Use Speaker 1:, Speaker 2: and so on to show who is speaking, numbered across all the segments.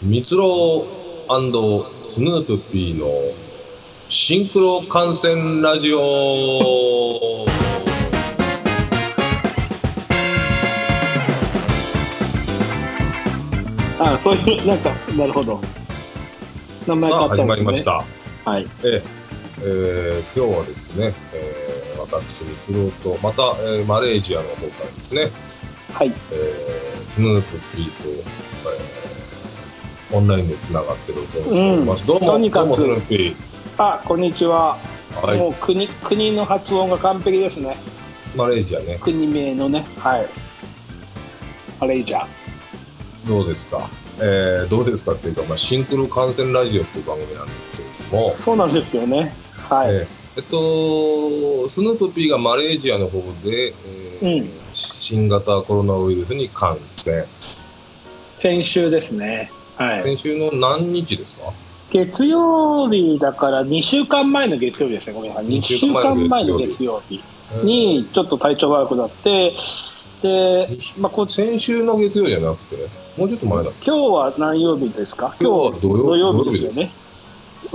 Speaker 1: ミツロウスヌープピーのシンクロ観戦ラジ オ
Speaker 2: あそういう、なんか、なるほど。名前変
Speaker 1: さ
Speaker 2: わ
Speaker 1: あ
Speaker 2: ったんですね
Speaker 1: 始まりまし。た、
Speaker 2: はい。
Speaker 1: えええー今日はですね、えー、私ミツロウとまた、えーマレーシアの方からですね、
Speaker 2: はい。
Speaker 1: えースヌープピーと、えーオンラインでつながってると思います、どう
Speaker 2: と
Speaker 1: も
Speaker 2: にか
Speaker 1: どう
Speaker 2: く
Speaker 1: もスヌーピ
Speaker 2: あ、こんにちは。
Speaker 1: ーはい
Speaker 2: もう国、国の発音が完璧ですね。
Speaker 1: マレーシアね
Speaker 2: 国名のね。はい。マレージャー。
Speaker 1: どうですか、えーどうですかっていうか、まあ、シンクロ観戦ラジオっていう番組なんですけれども、
Speaker 2: そうなんですよね。はい。
Speaker 1: えーえっと、スヌープ P がマレーシアの方で、えー
Speaker 2: うん
Speaker 1: 新型コロナウイルスに感染。
Speaker 2: 先週ですね。はい。
Speaker 1: 先週の何日ですか
Speaker 2: 月曜日だから2週間前の月曜日ですね。ごめんなさい。2
Speaker 1: 二
Speaker 2: 週
Speaker 1: 週
Speaker 2: 間
Speaker 1: 間
Speaker 2: 前
Speaker 1: 前
Speaker 2: の
Speaker 1: の
Speaker 2: 月
Speaker 1: 月
Speaker 2: 曜日に、ちょっと体調悪くなって、で、まあ、こっち
Speaker 1: 先週の月曜じゃなくて、もうちょっと前だ。
Speaker 2: 今日は何曜日ですか
Speaker 1: 今日は土曜
Speaker 2: 土曜日ですよね。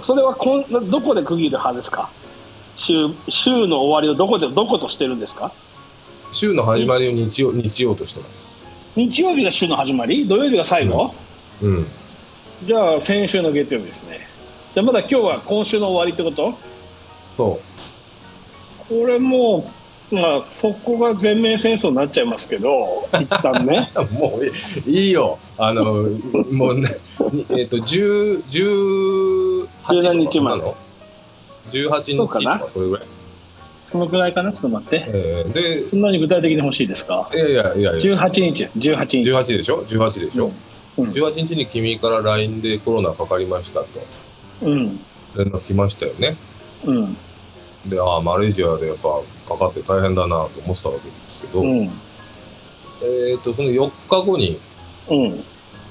Speaker 2: それはこんどこで区切る派ですか週週の終わりをどこでどことしてるんですか
Speaker 1: 週の始まりを日曜日曜としてます。
Speaker 2: 日曜日が週の始まり土曜日が最後、
Speaker 1: うん。
Speaker 2: じゃあ先週の月曜日ですね。じゃあまだ今日は今週の終わりってこと
Speaker 1: そ。
Speaker 2: これもう、まあ、そこが全面戦争になっちゃいますけど、一旦 ね
Speaker 1: う。 もういいいいよ。あの、もうね、 にえっと、10 18
Speaker 2: 17日まで
Speaker 1: の ?18 日
Speaker 2: そ
Speaker 1: と
Speaker 2: うかな
Speaker 1: か、それぐらい。
Speaker 2: そのくらいかなちょっと待って。
Speaker 1: えーで、
Speaker 2: そんなに具体的に欲しいですか
Speaker 1: いやいやいやいや、
Speaker 2: ?18 日、18日。
Speaker 1: 18でしょ ?18 でしょ、
Speaker 2: うん
Speaker 1: ?18 日に君から LINE でコロナかかりましたと
Speaker 2: うん。
Speaker 1: 連絡来ましたよね。
Speaker 2: うん。
Speaker 1: で、ああ、マレーシアでやっぱかかって大変だなと思ってたわけですけど、
Speaker 2: うん。
Speaker 1: えっ、と、その4日後に
Speaker 2: うん。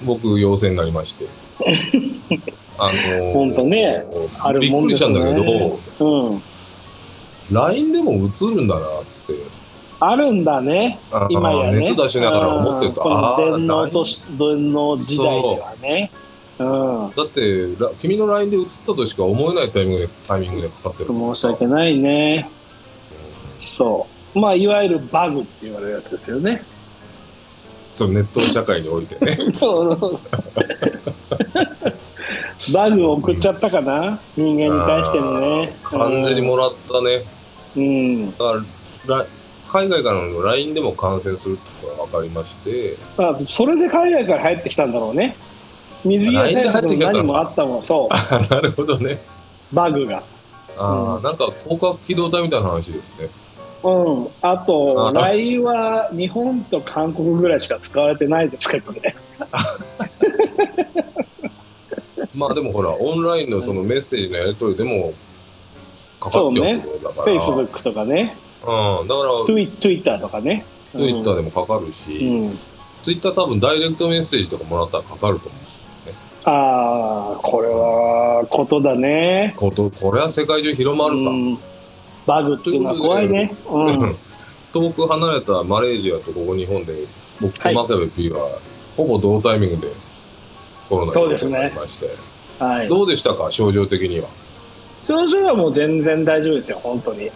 Speaker 1: 僕陽性になりま して。あのー
Speaker 2: ほんとねある
Speaker 1: びっ
Speaker 2: もん
Speaker 1: く
Speaker 2: で
Speaker 1: りし
Speaker 2: す
Speaker 1: た
Speaker 2: ね
Speaker 1: んだけど、
Speaker 2: うん、
Speaker 1: LINE でも映るんだなって。
Speaker 2: あるんだね
Speaker 1: あー、
Speaker 2: 今やね。
Speaker 1: 熱出しながら思ってた
Speaker 2: うんこ
Speaker 1: あ
Speaker 2: の
Speaker 1: ー
Speaker 2: 電脳とし、電脳時代ではね。う
Speaker 1: だって、ら君の LINE で映ったとしか思えないタイミングで、タイミングでかかってる。
Speaker 2: ん。申し訳ないね。そう。まあ、いわゆるバグって言われるやつですよ ね。
Speaker 1: そうネット社会において ね。
Speaker 2: バグを送っちゃったかな、人間に対してのね。
Speaker 1: あー完全にもらったね。
Speaker 2: うん。うん。
Speaker 1: だからら海外からの LINE でも感染するってことが分かりまして、
Speaker 2: まあ、それで海外から入ってきたんだろうね。水際
Speaker 1: LINE で入
Speaker 2: 対
Speaker 1: っ
Speaker 2: 策
Speaker 1: て
Speaker 2: も
Speaker 1: きちゃった
Speaker 2: 何
Speaker 1: の
Speaker 2: もあったもん、そ
Speaker 1: あなるほどね。
Speaker 2: う、バグが。
Speaker 1: あー
Speaker 2: うん
Speaker 1: なんか広角機動隊みたいな話ですね。
Speaker 2: うん、あと、
Speaker 1: あ
Speaker 2: LINE は日本と韓国ぐらいしか使われてないですけどね。
Speaker 1: まあでもほら、オンラインのそのメッセージのやり取りでもかかってきることだから、うん、だ
Speaker 2: Facebook とかね、
Speaker 1: から
Speaker 2: Twi- Twitter とかね。
Speaker 1: Twitter でもかかる
Speaker 2: う
Speaker 1: し、
Speaker 2: んうん、
Speaker 1: Twitter 多分ダイレクトメッセージとかもらったらかかると思う。
Speaker 2: ああ、これはことだね。
Speaker 1: ことこれは世界中広まるさ。
Speaker 2: うんバグっていうのは怖いね。うん
Speaker 1: 遠く離れたマレーシアとここ日本で僕と真壁 P はほぼ同タイミングでコロナ
Speaker 2: そうです
Speaker 1: に
Speaker 2: ね
Speaker 1: なりまして、
Speaker 2: はい、
Speaker 1: どうでしたか症状的には
Speaker 2: 症状はもう全然大丈夫ですよ、本当に。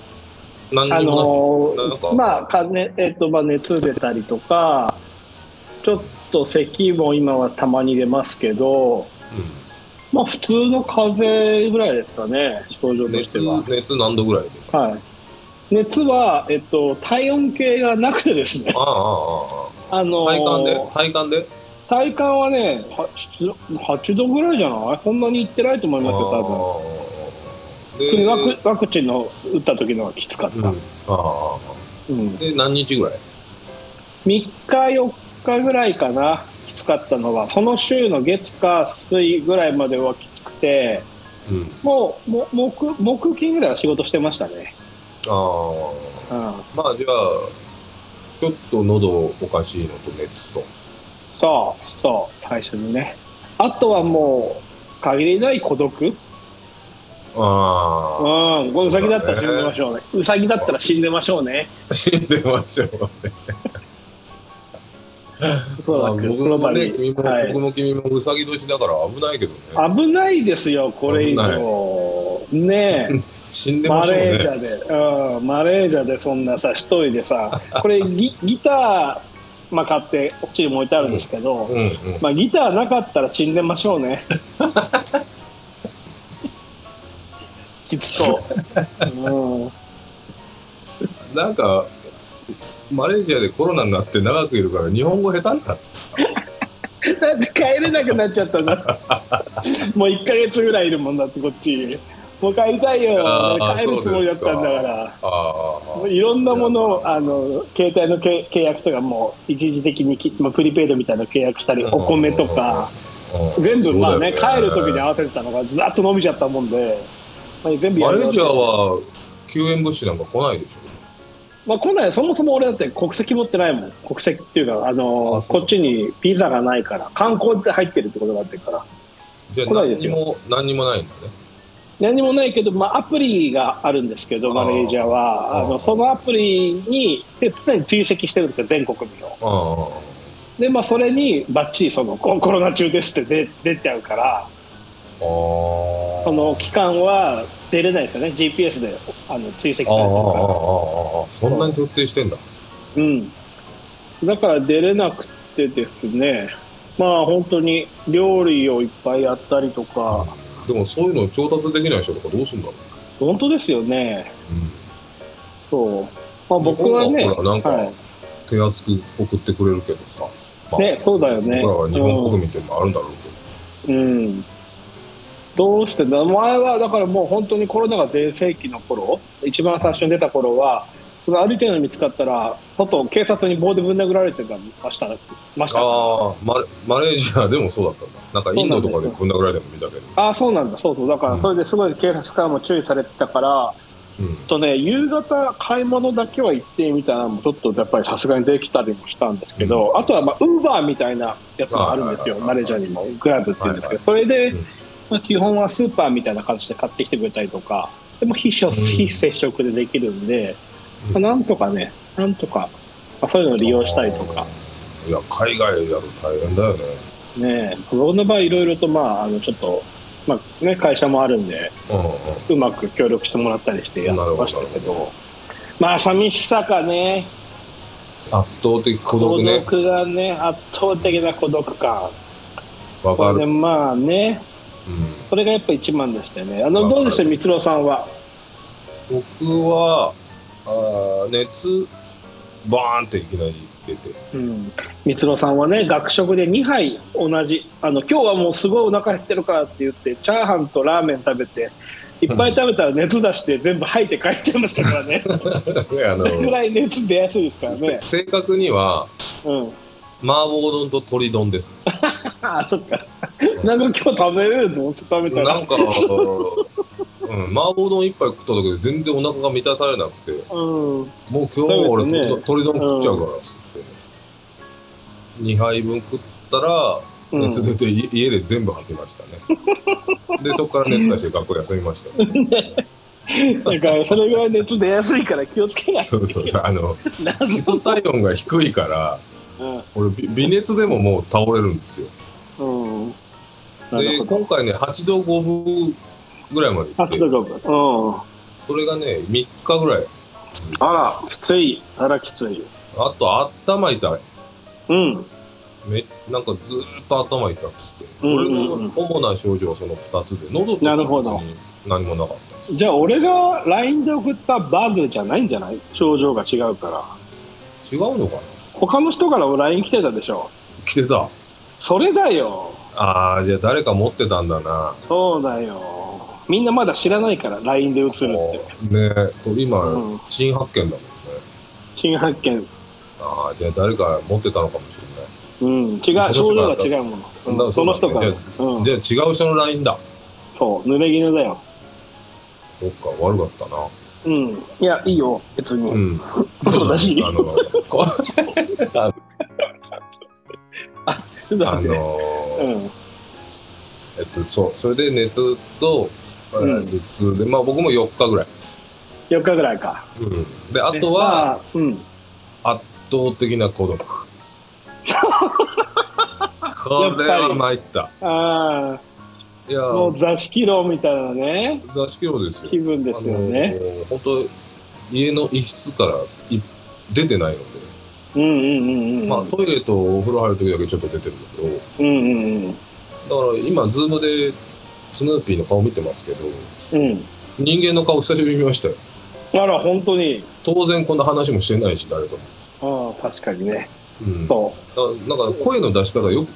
Speaker 1: 何
Speaker 2: あ
Speaker 1: にも
Speaker 2: の
Speaker 1: なしなんか、
Speaker 2: ーまあかねえっとまあ、熱出たりとかちょっと咳も今はたまに出ますけど、まあ、普通の風邪ぐらいですかね症状
Speaker 1: うん、
Speaker 2: とし
Speaker 1: 熱
Speaker 2: ては、
Speaker 1: 熱何度ぐらいで
Speaker 2: はい、熱は、えっと、体温計がなくてですね
Speaker 1: あああああ
Speaker 2: あの
Speaker 1: あ体感で
Speaker 2: ー
Speaker 1: 体感で
Speaker 2: 体感はね 8, 度ぐらいじゃないこんなにいってないと思いますよ多
Speaker 1: あー
Speaker 2: 分特に
Speaker 1: で
Speaker 2: ワクワクチンの打った時のはきつかっ
Speaker 1: うん、
Speaker 2: た、
Speaker 1: ああ
Speaker 2: うん、
Speaker 1: で何日ぐらい
Speaker 2: 3日4日ぐらいかなきつかったのはその週の月か水ぐらいまではきつくて
Speaker 1: うん
Speaker 2: もうも木木金ぐらいは仕事してましたね、
Speaker 1: ああ
Speaker 2: うん、
Speaker 1: まあじゃあちょっと喉おかしいのと熱そう
Speaker 2: そうそう最初にねあとはもう限りない孤独うん
Speaker 1: ああ
Speaker 2: このうさぎだったら死んでましょうねうさぎだったら死んでましょうね
Speaker 1: 死んでましょうね。
Speaker 2: おそ
Speaker 1: まあ
Speaker 2: らく、
Speaker 1: 僕
Speaker 2: この
Speaker 1: も
Speaker 2: 場
Speaker 1: ね、君
Speaker 2: に。
Speaker 1: も、
Speaker 2: はい
Speaker 1: 僕も君もうさぎ年だから危ないけどね。
Speaker 2: 危ないですよ、これ以上。ねえ。
Speaker 1: 死んでま
Speaker 2: マ
Speaker 1: しょう
Speaker 2: レージャ
Speaker 1: ね。
Speaker 2: ーで、うん、マレージャーでそんなさ、一人でさ、これギ、ギター、まあ、買って、こっちにも置いてあるんですけど、
Speaker 1: うんうん。
Speaker 2: まあ、ギターなかったら死んでましょうね。 きつそう。うん
Speaker 1: なんか、マレーシアでコロナになって長くいるから、日本語下手になっ
Speaker 2: だって帰れなくなっちゃったんだもう1か月ぐらいいるもんだってこっちもう帰りたいよ
Speaker 1: あー
Speaker 2: 帰るつもりだったんだから
Speaker 1: た。あ
Speaker 2: もういろんなものをあの携帯のけ契約とかもう一時的にき、まあ、プリペイドみたいなの契約したり
Speaker 1: うん
Speaker 2: お米とか
Speaker 1: あ。
Speaker 2: 全部まあね
Speaker 1: そうだ
Speaker 2: 帰
Speaker 1: よ
Speaker 2: る時に合わせてたのがずっと伸びちゃったもんで、まあ、全部や
Speaker 1: マ
Speaker 2: る
Speaker 1: レー
Speaker 2: よ
Speaker 1: シアは救援物資なんか来ないでし
Speaker 2: まあ、来ないそもそも俺だって国籍持ってないもん国籍っていうかあの
Speaker 1: あそう
Speaker 2: こっちにビザがないから観光って入ってるってことがあってるから
Speaker 1: ょ。じゃあ
Speaker 2: 来ない
Speaker 1: 何
Speaker 2: です
Speaker 1: に
Speaker 2: よ
Speaker 1: も、何にもないんだね。
Speaker 2: 何もないけど、まあ、アプリがあるんですけ
Speaker 1: あ
Speaker 2: ど、
Speaker 1: ー
Speaker 2: マネージャーは、あ
Speaker 1: あ
Speaker 2: の
Speaker 1: ー
Speaker 2: そのアプリにで常に追跡してるんですよ、全国民を。
Speaker 1: ああ。
Speaker 2: で、まあ、それにばっちりそのココロナ中ですって出出ちゃうから、
Speaker 1: ああ。
Speaker 2: その期間は出れないですよね、GPS であの追跡されてる
Speaker 1: あああああ
Speaker 2: か
Speaker 1: あああそんなに徹底してんだ
Speaker 2: ら、うん、だから出れなくてですね、まあ、本当に料理をいっぱいやったりとか、
Speaker 1: でもそういうのを調達できない人とかどうするんだろう、
Speaker 2: 本当ですよね、
Speaker 1: うん
Speaker 2: そう、まあ、僕はね、
Speaker 1: 日本はほらなんか
Speaker 2: はい
Speaker 1: 手厚く送ってくれるけどさ、まあ
Speaker 2: ね、そうだよね。
Speaker 1: 僕らは日
Speaker 2: う
Speaker 1: 本
Speaker 2: ん
Speaker 1: 国民っていうのもあるんだろう
Speaker 2: うん、どうしてだ前はだからもう本当にコロナが全盛期の頃一番最初に出た頃はその歩いてるの見つかったら外警察に棒でぶん殴られてたましたねまし
Speaker 1: け
Speaker 2: たあ
Speaker 1: ど、ああマレマレーシアでもそうだったんだなんかインドとかでこんなぐらいでも見たけど
Speaker 2: あーそうなんだそうそうだか
Speaker 1: う
Speaker 2: ら
Speaker 1: ん
Speaker 2: それですごい警察からも注意されてたから、
Speaker 1: うん
Speaker 2: とね夕方買い物だけは行ってみたいなのもちょっとやっぱりさすがにできたりもしたんですけど、あとはまあウーバーみたいなやつもあるんですよ
Speaker 1: はいはいはいはい
Speaker 2: マレージャーにもグラブっていうんですけど、それで、
Speaker 1: うん
Speaker 2: まあ基本はスーパーみたいな形で買ってきてくれたりとかでも非接
Speaker 1: うん
Speaker 2: 非接触でできるんで、
Speaker 1: うん
Speaker 2: まあなんとかねなんとか、まあそういうのを利用したりとか
Speaker 1: いや海外やる大変だよね
Speaker 2: ねえ僕の場合いろいろとまああのちょっと、まあね、会社もあるんで
Speaker 1: うんうん
Speaker 2: うまく協力してもらったりしてやってましたけ
Speaker 1: なるほどなるほ
Speaker 2: どまあ寂しさかね
Speaker 1: 圧倒的孤独
Speaker 2: 孤
Speaker 1: ね
Speaker 2: 独がね圧倒的な孤独感
Speaker 1: わか
Speaker 2: これ
Speaker 1: る、
Speaker 2: で
Speaker 1: うん、
Speaker 2: まあねそれがやっぱ一番でしたよねあの
Speaker 1: わか
Speaker 2: ど
Speaker 1: る
Speaker 2: うでした光郎さんは
Speaker 1: 僕はあー熱バーンっていきなり出て
Speaker 2: うん光郎さんはね学食で2杯同じあの今日はもうすごいお腹減ってるからって言ってチャーハンとラーメン食べていっぱい食べたら熱出して全部吐いて帰っちゃいましたか らね
Speaker 1: ねあ
Speaker 2: そ
Speaker 1: の
Speaker 2: れぐらい熱出やすいですから
Speaker 1: せ
Speaker 2: ね
Speaker 1: 正確には
Speaker 2: うん
Speaker 1: 麻婆丼と鶏丼です
Speaker 2: ああそっかなんか今日食べれると思って食べた
Speaker 1: な
Speaker 2: ら
Speaker 1: んか、うん、麻婆丼一杯食っただけで全然お腹が満たされなくて、
Speaker 2: うん
Speaker 1: もう今日は俺
Speaker 2: そうですね
Speaker 1: 鶏丼食っちゃうからっつって、2杯分食ったら、
Speaker 2: うん
Speaker 1: 熱出てい家で全部吐きましたね。 で、そこから熱出して学校休みました、 ね。
Speaker 2: だからそれぐらい熱出やすいから気をつけないと
Speaker 1: そうそうそう、あの、基礎体温が低いから、
Speaker 2: うん
Speaker 1: 俺び微熱でももう倒れるんですよ。
Speaker 2: うん。な
Speaker 1: で、
Speaker 2: るほど。
Speaker 1: 今回ね、8度5分ぐらいまで行
Speaker 2: あ、
Speaker 1: って
Speaker 2: ち、ょっとうん。
Speaker 1: それがね、3日ぐらい続いて。
Speaker 2: あら、きつい。あら、きつい。
Speaker 1: あと、頭痛い。
Speaker 2: うん。
Speaker 1: めなんかずーっと頭痛くて、
Speaker 2: うんうんうん
Speaker 1: 俺の主な症状はその2つで喉と
Speaker 2: なるほど
Speaker 1: か別に何もなかった
Speaker 2: じゃあ、俺が LINE で送ったバグじゃないんじゃない症状が違うから。
Speaker 1: 違うのかな
Speaker 2: 他の人から LINE 来てたでしょ。
Speaker 1: 来てた
Speaker 2: それだよ。
Speaker 1: あーじゃあ誰か持ってたんだな
Speaker 2: そうだよ。みんなまだ知らないから、LINE で映るって。
Speaker 1: うねこれ今、
Speaker 2: うん
Speaker 1: 新発見だもんね
Speaker 2: 新発見。
Speaker 1: ああじゃあ誰か持ってたのかもしれない、
Speaker 2: うん。違う。
Speaker 1: その人
Speaker 2: 症
Speaker 1: から
Speaker 2: 状
Speaker 1: だ
Speaker 2: が違うも
Speaker 1: だ
Speaker 2: の。うん、そ
Speaker 1: らそ
Speaker 2: の人
Speaker 1: う
Speaker 2: か
Speaker 1: だ
Speaker 2: ら。
Speaker 1: ね
Speaker 2: うん。そう、
Speaker 1: じゃあ違う人の LINE だ
Speaker 2: 濡れ衣だよ。
Speaker 1: そっか悪かったな
Speaker 2: うん。いや、いいよ。別に。
Speaker 1: うん
Speaker 2: そうだし。
Speaker 1: あ のこ
Speaker 2: ち ょっと
Speaker 1: あ
Speaker 2: 待って。
Speaker 1: の
Speaker 2: うん。
Speaker 1: えっとそうそれで熱と、えー
Speaker 2: うん
Speaker 1: 頭痛でまあ僕も4日ぐらい、
Speaker 2: 4日ぐらいか。
Speaker 1: うん、であ
Speaker 2: あ
Speaker 1: とは、
Speaker 2: うん、
Speaker 1: 圧倒的な孤独これ
Speaker 2: やっぱ
Speaker 1: は
Speaker 2: り
Speaker 1: 参った。
Speaker 2: あ
Speaker 1: いや
Speaker 2: あ、、もう座敷牢みたいなね、
Speaker 1: 座敷王ですよ。
Speaker 2: 気分ですよね。
Speaker 1: あのー本当、家の一室からい出てないので、
Speaker 2: うんうんうんうん。
Speaker 1: まあトイレとお風呂入るときだけちょっと出てるけど、
Speaker 2: うんうんうん。
Speaker 1: だから今、ズームでスヌーピーの顔見てますけど、
Speaker 2: うん。
Speaker 1: 人間の顔久しぶりに見ましたよ。
Speaker 2: あら、本当に。
Speaker 1: 当然こんな話もしてないし、誰とも。
Speaker 2: ああ、確かにね。
Speaker 1: うん、だか
Speaker 2: そ
Speaker 1: らなんか声の出し方よく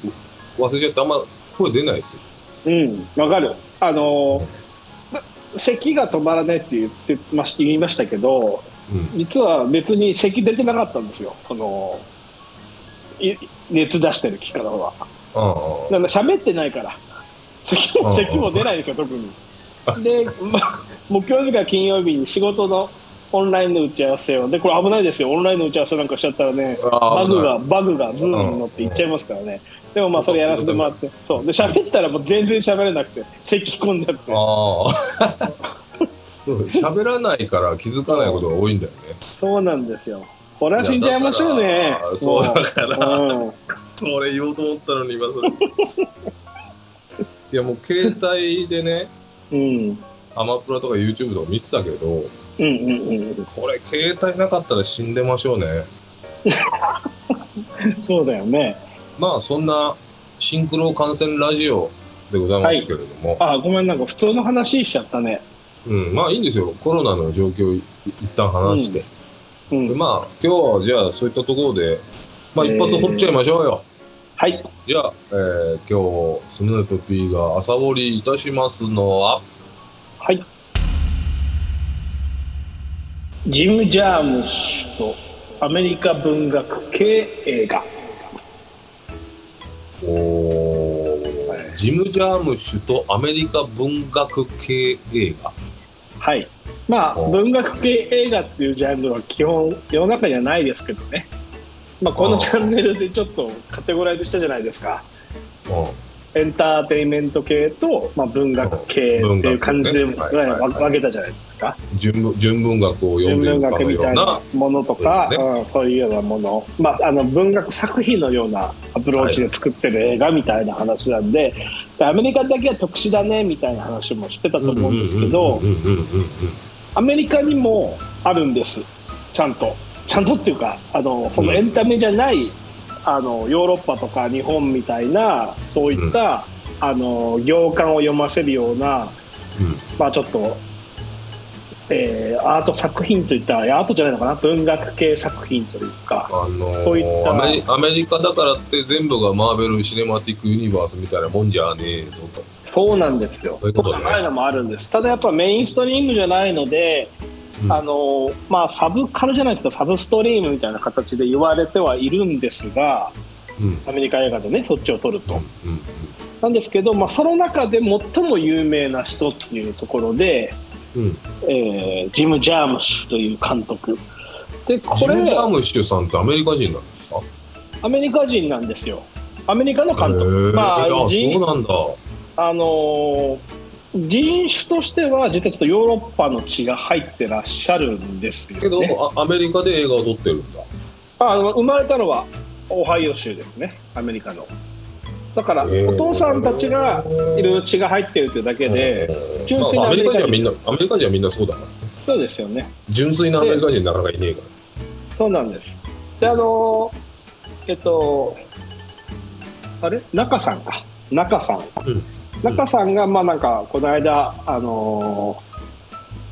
Speaker 1: 忘れちゃって、あんま声出ないですよ。
Speaker 2: う。うん。わかる。あのー、咳が止まらないって言ってまし言いましたけど、
Speaker 1: うん
Speaker 2: 実は別に咳出てなかったんですよ。この、い熱出してる期間は。
Speaker 1: ああ
Speaker 2: なんか喋ってないから。咳
Speaker 1: う
Speaker 2: も
Speaker 1: ん
Speaker 2: 咳も出ないんですよ、特に。で、ま、木曜日から金曜日に仕事のオンラインの打ち合わせを。で、これ危ないですよ。オンラインの打ち合わせなんかしちゃったらね、
Speaker 1: あ
Speaker 2: バ
Speaker 1: あ
Speaker 2: グ
Speaker 1: 危
Speaker 2: が、バグが、ズームに乗っていっちゃいますからね。でもまあ、それやらせてもらって。そう。で、喋ったらもう全然喋れなくて、咳込んじゃって。
Speaker 1: ああ そう喋らないから気づかないことが多いんだよね。
Speaker 2: そうなんですよ。これは死んじゃいましょう
Speaker 1: いや
Speaker 2: ね
Speaker 1: だから。そうだから
Speaker 2: うんうん
Speaker 1: それ言おうと思ったのに今それいやもう携帯でね
Speaker 2: うん。
Speaker 1: アマプラとか YouTube とか見てたけど
Speaker 2: うんうんうん。
Speaker 1: これ携帯なかったら死んでましょうね
Speaker 2: そうだよね。
Speaker 1: まあそんなシンクロ感染ラジオでございますけれども、
Speaker 2: あ、ごめん、なんか普通の話しちゃったね。
Speaker 1: うん、まあいいんですよコロナの状況をい一旦話して、
Speaker 2: うん
Speaker 1: で。まあ今日はじゃあそういったところで、まあ、一発掘っちゃいましょうよ、
Speaker 2: はい。
Speaker 1: じゃあ、えー今日スヌープ P が朝掘りいたしますのは
Speaker 2: はい。ジム・ジャーム氏とアメリカ文学系映画。
Speaker 1: おージム・ジャームッシュとアメリカ文学系映画
Speaker 2: はい。まあ、
Speaker 1: お
Speaker 2: 文学系映画っていうジャンルは基本世の中にはないですけどね。まあ、この
Speaker 1: お
Speaker 2: チャンネルでちょっとカテゴライズしたじゃないですか。
Speaker 1: う
Speaker 2: エンターテインメント系と、まあ、文学系って
Speaker 1: お文
Speaker 2: いう
Speaker 1: 学系
Speaker 2: 感じで
Speaker 1: はい
Speaker 2: は
Speaker 1: は
Speaker 2: い
Speaker 1: いはい
Speaker 2: わ分けたじゃないですか。
Speaker 1: ん純文純文学を読
Speaker 2: 純
Speaker 1: んでい
Speaker 2: 文
Speaker 1: るか
Speaker 2: 学
Speaker 1: の
Speaker 2: み
Speaker 1: よ
Speaker 2: た
Speaker 1: う
Speaker 2: いな
Speaker 1: な
Speaker 2: ものとか、
Speaker 1: そうです
Speaker 2: うん、そういうようなもの,、まあ、あの文学作品のようなアプローチで作ってる映画みたいな話なんで,、でアメリカだけは特殊だねみたいな話もしてたと思うんですけど
Speaker 1: うんうんうんうんうん
Speaker 2: アメリカにもあるんですちゃんとちゃんとっていうかあのそのエンタメじゃない、あのヨーロッパとか日本みたいなそういった、あの行間を読ませるような
Speaker 1: うん
Speaker 2: まあ、ちょっと、えーアート作品といったらいやアートじゃないのかな文学系作品というか
Speaker 1: あのー
Speaker 2: そういった
Speaker 1: アメリアメリカだからって全部がマーベル・シネマティック・ユニバースみたいなもんじゃねえぞと
Speaker 2: そうなんですよ
Speaker 1: そういうことね
Speaker 2: ないのもあるんですただやっぱメインストリームじゃないので、
Speaker 1: うん
Speaker 2: あのまあ、サブカルじゃないですかサブストリームみたいな形で言われてはいるんですが
Speaker 1: うんうん
Speaker 2: アメリカ映画でねそっちを取ると、
Speaker 1: うん
Speaker 2: なんですけど、まあ、その中で最も有名な人っていうところで、
Speaker 1: うん
Speaker 2: えージム・ジャームシュという監督でこ
Speaker 1: ジ
Speaker 2: れ
Speaker 1: ム・ジャームッシュさんってアメリカ人なんですか
Speaker 2: アメリカ人なんですよ。アメリカの監
Speaker 1: へ
Speaker 2: 督。
Speaker 1: ー
Speaker 2: まあ、
Speaker 1: あそ
Speaker 2: 人
Speaker 1: うなんだ
Speaker 2: あのー人種としては、実はちょっとヨーロッパの血が入ってらっしゃるんですよ、ね。
Speaker 1: けど、あアメリカで映画を撮ってるんだ
Speaker 2: あの生まれたのはオハイオ州ですね、アメリカの。だから、
Speaker 1: へー
Speaker 2: お父さんたちがいろいろ血が入ってるというだけで、純粋
Speaker 1: まあ、ア
Speaker 2: なア
Speaker 1: メ
Speaker 2: メ
Speaker 1: リ
Speaker 2: リ
Speaker 1: カ
Speaker 2: カ
Speaker 1: 人は
Speaker 2: 人。
Speaker 1: みんなアメリカ人はみんなそうだから
Speaker 2: そうですよね。
Speaker 1: 純粋なアメリカ人なかなかいねえから
Speaker 2: そうなんです。で、あのーえっと、あれ中さんか。中さん。
Speaker 1: うん
Speaker 2: 中さんが、まあなんか、この間、あのー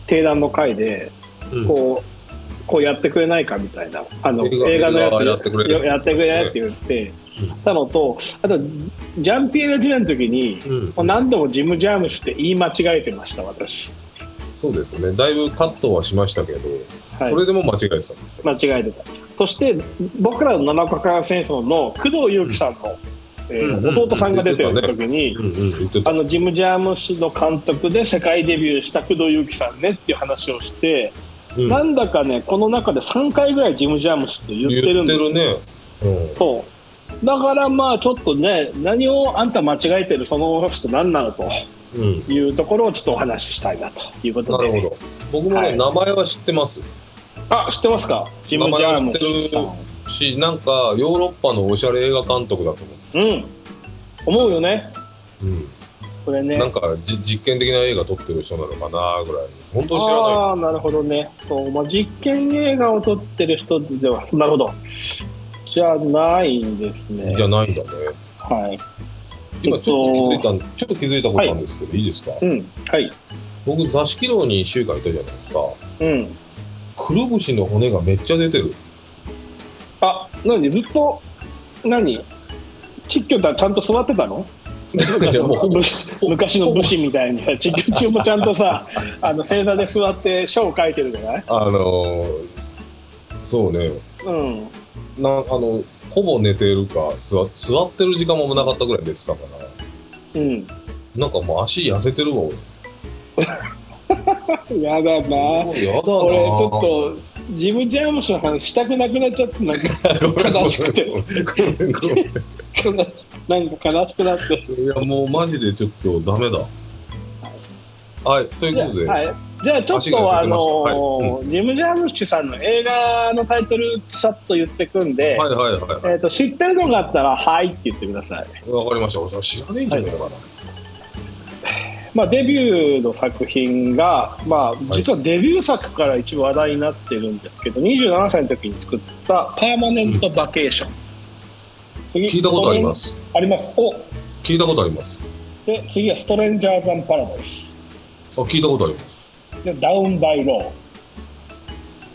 Speaker 2: 定談の会で、
Speaker 1: うん
Speaker 2: こう、こうやってくれないかみたいな、あの、映
Speaker 1: 映
Speaker 2: 画
Speaker 1: 画
Speaker 2: のやつ
Speaker 1: やってくれ
Speaker 2: よやってくれないって言って
Speaker 1: うん
Speaker 2: たのと、あと、ジャンピエール・ジュネの時に、
Speaker 1: うん
Speaker 2: もう何度もジム・ジャームシュって言い間違えてました、私。
Speaker 1: そうですねだいぶカットはしましたけど、
Speaker 2: はい
Speaker 1: それでも間違えてたもん
Speaker 2: 間違えてたそして僕らの七日間戦争の工藤祐樹さんの、えー
Speaker 1: うんうん
Speaker 2: 弟さんが出てる時に、
Speaker 1: うんうん言って
Speaker 2: あ
Speaker 1: た
Speaker 2: のジム・ジャーム氏の監督で世界デビューした工藤祐樹さんねっていう話をして、
Speaker 1: うん
Speaker 2: なんだかねこの中で3回ぐらいジム・ジャーム氏って言ってるんですよ
Speaker 1: ねうん
Speaker 2: そうだからまあちょっとね何をあんた間違えてるその人何なのと
Speaker 1: うん
Speaker 2: いうところをちょっとお話ししたいなということ
Speaker 1: な
Speaker 2: で
Speaker 1: るほど僕もね、
Speaker 2: はい
Speaker 1: 名前は知ってます
Speaker 2: あ知ってますかジム・ジャーム氏さ
Speaker 1: 名前は知ってるしなんかヨーロッパのおしゃれ映画監督だと思
Speaker 2: んうん思うよね
Speaker 1: うん
Speaker 2: これね
Speaker 1: なんかじ実験的な映画撮ってる人なのかなぐらい本当に知らない
Speaker 2: ああーなるほどねそう、まあ、実験映画を撮ってる人ではなるほどじゃないんですね
Speaker 1: じゃないんだね
Speaker 2: はい
Speaker 1: 今ちょっと気づいたんちょっと気づいたことなんですけど、い、いですか
Speaker 2: うんはい
Speaker 1: 僕座敷牢に1週間いたじゃないですか
Speaker 2: うん
Speaker 1: くるぶしの骨がめっちゃ出 てる
Speaker 2: あ何ずっと何ちっきょたちゃんと座ってたの昔の
Speaker 1: もう
Speaker 2: 武士昔の武士みたいにさちっきょ中もちゃんとさあの正座で座って書を書いてるじゃない
Speaker 1: あのーそうね
Speaker 2: うん
Speaker 1: なあのほぼ寝てるか座座ってる時間もなかったぐらい寝てたから
Speaker 2: うん
Speaker 1: なんかもう足痩せてるわ俺
Speaker 2: やだな
Speaker 1: やだな
Speaker 2: 俺ちょっとジム・ジャームスの話したくなくなっちゃってなんか
Speaker 1: 悲
Speaker 2: 悲しくてなんか悲しくなって
Speaker 1: いやもうマジでちょっとダメだはいという
Speaker 2: じゃ
Speaker 1: こ
Speaker 2: あ,、
Speaker 1: とで、
Speaker 2: はい、じゃあちょっ
Speaker 1: 足が痩せてまし
Speaker 2: と
Speaker 1: た
Speaker 2: あのー
Speaker 1: は
Speaker 2: ジム・ジャームスさんの映画のタイトルさっと言ってくんで、
Speaker 1: はいはいはいはい
Speaker 2: えー、と知ってるのがあったら「はい」って言ってください、
Speaker 1: わかりました俺知らねえんじゃねえかな、
Speaker 2: まあ、デビューの作品が、まあ、実はデビュー作から一応話題になってるんですけど、27歳の時に作った「パーマネント・バケーション」次
Speaker 1: 聞いたことあります
Speaker 2: ありますお
Speaker 1: 聞いたことあります
Speaker 2: で次は「ストレンジャー・ザン・パラダイス
Speaker 1: あ聞いたことあります」
Speaker 2: で「ダウン・バイ・ロ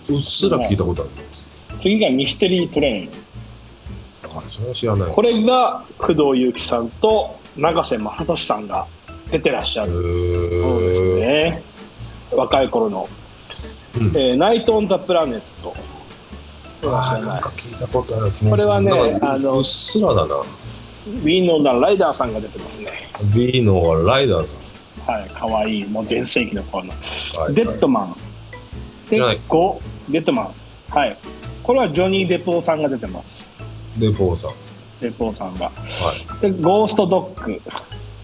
Speaker 1: うっすら聞いたことあります、
Speaker 2: ー」次が「ミステリー・プレイン」
Speaker 1: あそれは知らない
Speaker 2: これが工藤祐樹さんと永瀬正敏さんが出てらっしゃ
Speaker 1: へ
Speaker 2: るそうです
Speaker 1: ー
Speaker 2: ね若い頃の、
Speaker 1: うん
Speaker 2: えーナイト・オン・ザ・プラネット」
Speaker 1: あーなんか聞いたことある気もする
Speaker 2: これはね
Speaker 1: なんか
Speaker 2: あの
Speaker 1: うっすらだな
Speaker 2: ウィノナ・ライダーさんが出てますね。
Speaker 1: B のはライダーさん
Speaker 2: はい、かわいい。もう全盛期の頃の。
Speaker 1: はい
Speaker 2: デッドマン。で、
Speaker 1: はい
Speaker 2: 5、デッドマン。はい。これはジョニー・デポーさんが出てます。
Speaker 1: でポーさん
Speaker 2: デポーさんが。
Speaker 1: はい
Speaker 2: で、ゴースト・ドッグ。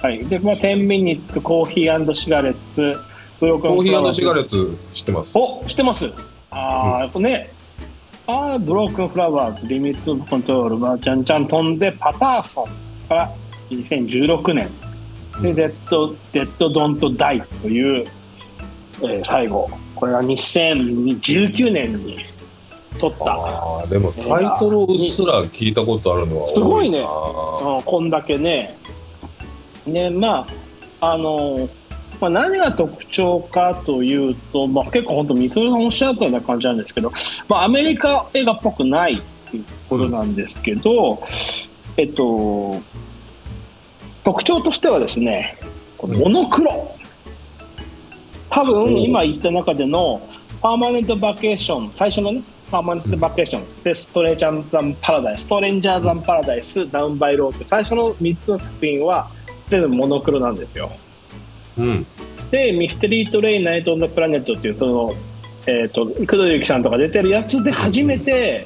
Speaker 2: はい。で、まあ、10ミニッツ、コーヒーシガレッツ、ブロ
Speaker 1: コーヒーシガ
Speaker 2: レッ
Speaker 1: レッツ知ってます
Speaker 2: お、知ってます。あー、ね。あー、ブロークン・フラワーズ、リミッツ・オブ・コントロール、まあ、ちゃんちゃん飛んで、パターソンから2016年。で、デッド、デッド・ドント・ダイという、えー最後。これは2019年に撮った。
Speaker 1: ああでもタイトルうっすら聞いたことあるのは多
Speaker 2: すごいね
Speaker 1: なは
Speaker 2: うん、こんだけね。ね、まあ、あのーまあ、何が特徴かというと、まあ、結構本当、三浦さんおっしゃったような感じなんですけど、まあ、アメリカ映画っぽくないっていうところなんですけど、えっと、特徴としてはですね、このモノクロ。多
Speaker 1: うん
Speaker 2: 分、今言った中での、パーマネントバケーション、最初のね、パーマネントバケーション、で、ストレージャーザンパラダイス、ストレンジャーザンパラダイス、ダウンバイローって、最初の3つの作品は、全部モノクロなんですよ。
Speaker 1: うん
Speaker 2: で、ミステリートレイン、ナイト・オン・ザ・プラネットっていう、その、えっ、と、工藤祐樹さんとか出てるやつで初めて、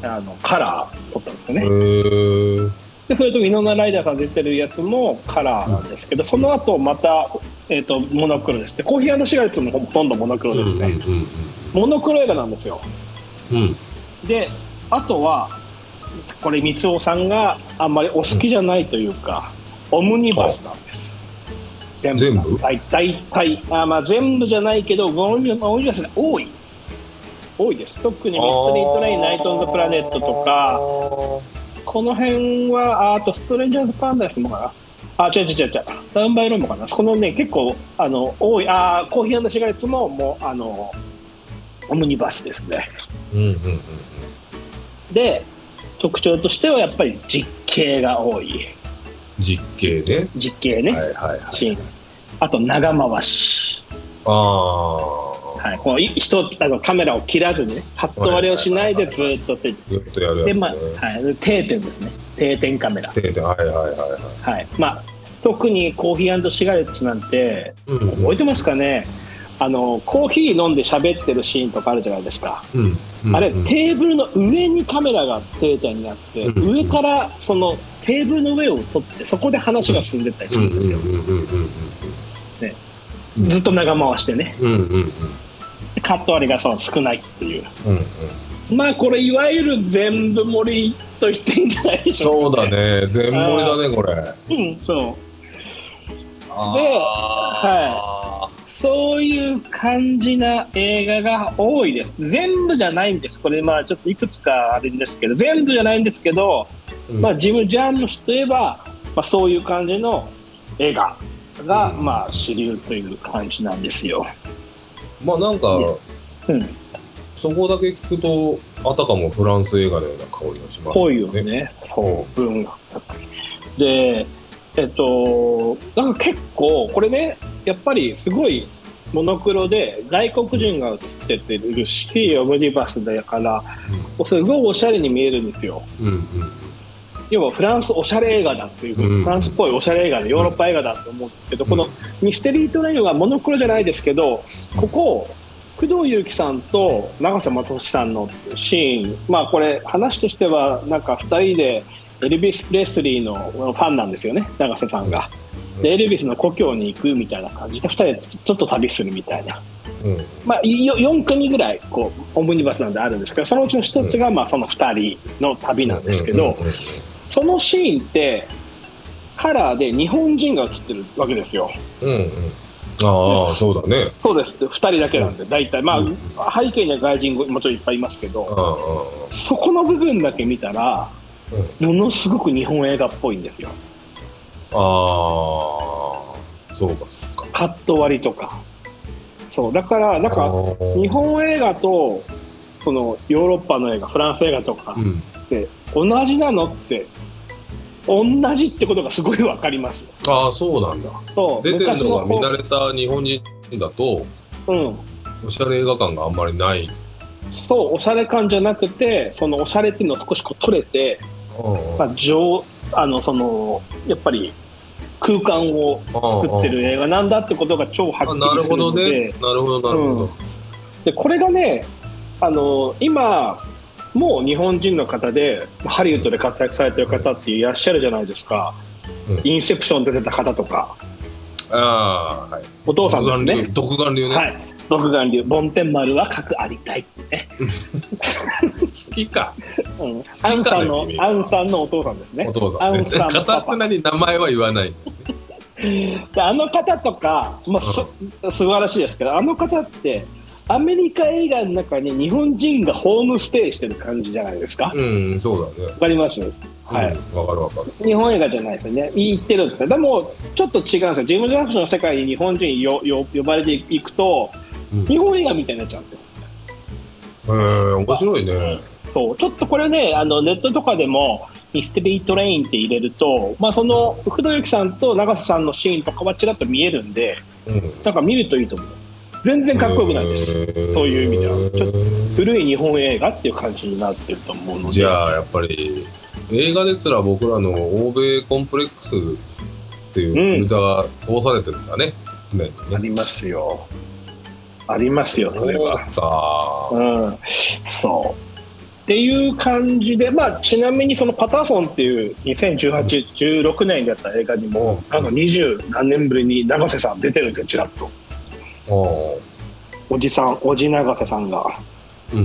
Speaker 2: あの、カラー撮ったんですよね
Speaker 1: へ。ー
Speaker 2: で、それとイノナライダーさん出てるやつもカラーなんですけど、その後また、えっ、と、モノクロですね。コーヒーシガレットもほとんどモノクロ
Speaker 1: うんう
Speaker 2: で
Speaker 1: ん
Speaker 2: すね。モノクロ映画なんですよ。
Speaker 1: うんうん
Speaker 2: で、あとは、これ、三尾さんがあんまりお好きじゃないというか、オムニバスなんです。
Speaker 1: 全部
Speaker 2: 大大体あまあ全部じゃないけどゴミゴミ出しが多い多いです特にミストリートレインナイト・オン・ザ・プラネットとかこの辺はああとストレンジャーズ・パンダイスもかなあ違う違う違う違うダウン・バイ・ロンもかなこのね結構あの多いあーコーヒーシガレットももうあのオムニバスですね
Speaker 1: うんうんうん
Speaker 2: で特徴としてはやっぱり実景が多い
Speaker 1: 実景ね
Speaker 2: 実景ね、
Speaker 1: はいはいはい
Speaker 2: シーンあと長回し
Speaker 1: ああ
Speaker 2: はい、こうい人あのカメラを切らずにね、カット割れをしないでずっとついて、
Speaker 1: ずっとやる
Speaker 2: で
Speaker 1: やつ
Speaker 2: まあ
Speaker 1: ね
Speaker 2: はい、で定点ですね、定点カメラ、
Speaker 1: 定点はいはいはいはい
Speaker 2: はいまあ、特にコーヒーシガレットなんて、
Speaker 1: うん
Speaker 2: 覚えてますかね、あのコーヒー飲んで喋ってるシーンとかあるじゃないですか、
Speaker 1: うんうん
Speaker 2: あれ、
Speaker 1: うん
Speaker 2: テーブルの上にカメラが定点にあって、
Speaker 1: うん
Speaker 2: 上からそのテーブルの上を撮って、そこで話が進んでったりす
Speaker 1: う
Speaker 2: る
Speaker 1: ん
Speaker 2: ん
Speaker 1: う
Speaker 2: で
Speaker 1: ん
Speaker 2: すよ、
Speaker 1: うんうんうんうん
Speaker 2: ずっと長回してね、
Speaker 1: うんうんうん
Speaker 2: カット割れがそう少ないっていう。
Speaker 1: うんうん
Speaker 2: まあこれいわゆる全部盛りと言っていいんじゃないでしょ
Speaker 1: そうだね全盛りだねこれ
Speaker 2: うか、うん、そう
Speaker 1: あ
Speaker 2: そういう感じな映画が多いです全部じゃないんですこれまあちょっといくつかあるんですけど全部じゃないんですけど、
Speaker 1: うん
Speaker 2: まあ、ジム・ジャームシといえば、まあ、そういう感じの映画が、
Speaker 1: うん
Speaker 2: まあ主流という感じなんですよ、
Speaker 1: ーまあなんか
Speaker 2: うん、
Speaker 1: そこだけ聞くとあたかもフランス映画のような香りがします
Speaker 2: ぽいよねそう文学でえっとなんか結構これねやっぱりすごいモノクロで外国人が映っててるしオムニバスだからすごいおしゃれに見えるんですよ
Speaker 1: うんうん
Speaker 2: 要はフランスおしゃれ映画だっていう、
Speaker 1: うん
Speaker 2: フランスっぽいおしゃれ映画でヨーロッパ映画だと思うんですけど、このミステリートレインはモノクロじゃないですけどここ工藤祐樹さんと長瀬正俊さんのシーンまあこれ話としてはなんか2人でエルビス・プレスリーのファンなんですよね長瀬さんが。でエルビスの故郷に行くみたいな感じで2人でちょっと旅するみたいな。
Speaker 1: うん
Speaker 2: まあ、よ4組ぐらいこうオムニバスなんであるんですけどそのうちの1つがまあその2人の旅なんですけど、
Speaker 1: うんうんうん
Speaker 2: そのシーンってカラーで日本人が映ってるわけですよ
Speaker 1: うんうんああそうだね
Speaker 2: そうです2人だけなんで大体まあ、
Speaker 1: うん
Speaker 2: 背景には外人もちろんいっぱいいますけ
Speaker 1: あ
Speaker 2: ど
Speaker 1: ああ
Speaker 2: そこの部分だけ見たらものすごく日本映画っぽいんですよ
Speaker 1: あああそうか
Speaker 2: カット割りとかそうだからなん
Speaker 1: あ
Speaker 2: か
Speaker 1: ー
Speaker 2: 日本映画とそのヨーロッパの映画フランス映画とか
Speaker 1: うん
Speaker 2: って同じなのって同じってことがすごい分かります
Speaker 1: ああそうなんだ
Speaker 2: そう
Speaker 1: 出てるのが
Speaker 2: 昔
Speaker 1: 乱れた日本人だと
Speaker 2: こううん
Speaker 1: おしゃれ映画感があんまりない
Speaker 2: そうおしゃれ感じゃなくてそのおしゃれっていうのを少しこう取れて、ま
Speaker 1: 作
Speaker 2: あ、上あのそのやっぱり空間を作ってる映画なんだってことが超はっき
Speaker 1: な
Speaker 2: り
Speaker 1: る
Speaker 2: す
Speaker 1: ほ
Speaker 2: るの
Speaker 1: ど
Speaker 2: で,、
Speaker 1: ねなるほどなるほど
Speaker 2: でこれがねあの今もう日本人の方でハリウッドで活躍されてる方っていらっしゃるじゃないですか、
Speaker 1: うん
Speaker 2: インセプション出てた方とか
Speaker 1: ああはい
Speaker 2: お父さんですね
Speaker 1: 独眼流ね、
Speaker 2: はい独眼流梵天丸は核ありたいってね、
Speaker 1: 好きか
Speaker 2: うん、
Speaker 1: き
Speaker 2: アンさ
Speaker 1: か
Speaker 2: ん
Speaker 1: ね
Speaker 2: の
Speaker 1: 君
Speaker 2: アンさんのお父さんですね
Speaker 1: お父さんね
Speaker 2: アンさんの
Speaker 1: か
Speaker 2: パパ
Speaker 1: くなに名前は言わない
Speaker 2: であの方とか、まあ、す素晴らしいですけどあの方ってアメリカ映画の中に日本人がホームステイしてる感じじゃないですか、わ
Speaker 1: うんそうだね
Speaker 2: かりますはい、
Speaker 1: うんわかるわかる
Speaker 2: 日本映画じゃないですよね言ってるんですよでもちょっと違うんですよジム・ジャームスの世界に日本人よよ呼ばれていくと
Speaker 1: うん
Speaker 2: 日本映画みたいになっちゃうんですよ
Speaker 1: えー、面白いね
Speaker 2: そうちょっとこれねあのネットとかでもミステリートレインって入れると、まあ、その福田由紀さんと長瀬さんのシーンとかはちらっと見えるんで
Speaker 1: うん
Speaker 2: なんか見るといいと思う全然かっこよくないです、そういう意味ではちょっと古い日本映画っていう感じになってると思うので
Speaker 1: じゃあやっぱり映画ですら僕らの欧米コンプレックスっていうフィルターが通されてるんだね、常にね
Speaker 2: りますよありますよそれ
Speaker 1: そう
Speaker 2: は
Speaker 1: だった
Speaker 2: うんそうっていう感じで、まあ、ちなみにそのパターソンっていう201816年にやった映画にも
Speaker 1: うん
Speaker 2: あの20何年ぶりに永瀬さん出てるんでちらっと
Speaker 1: お
Speaker 2: おじさんおじ永瀬さんが、
Speaker 1: ー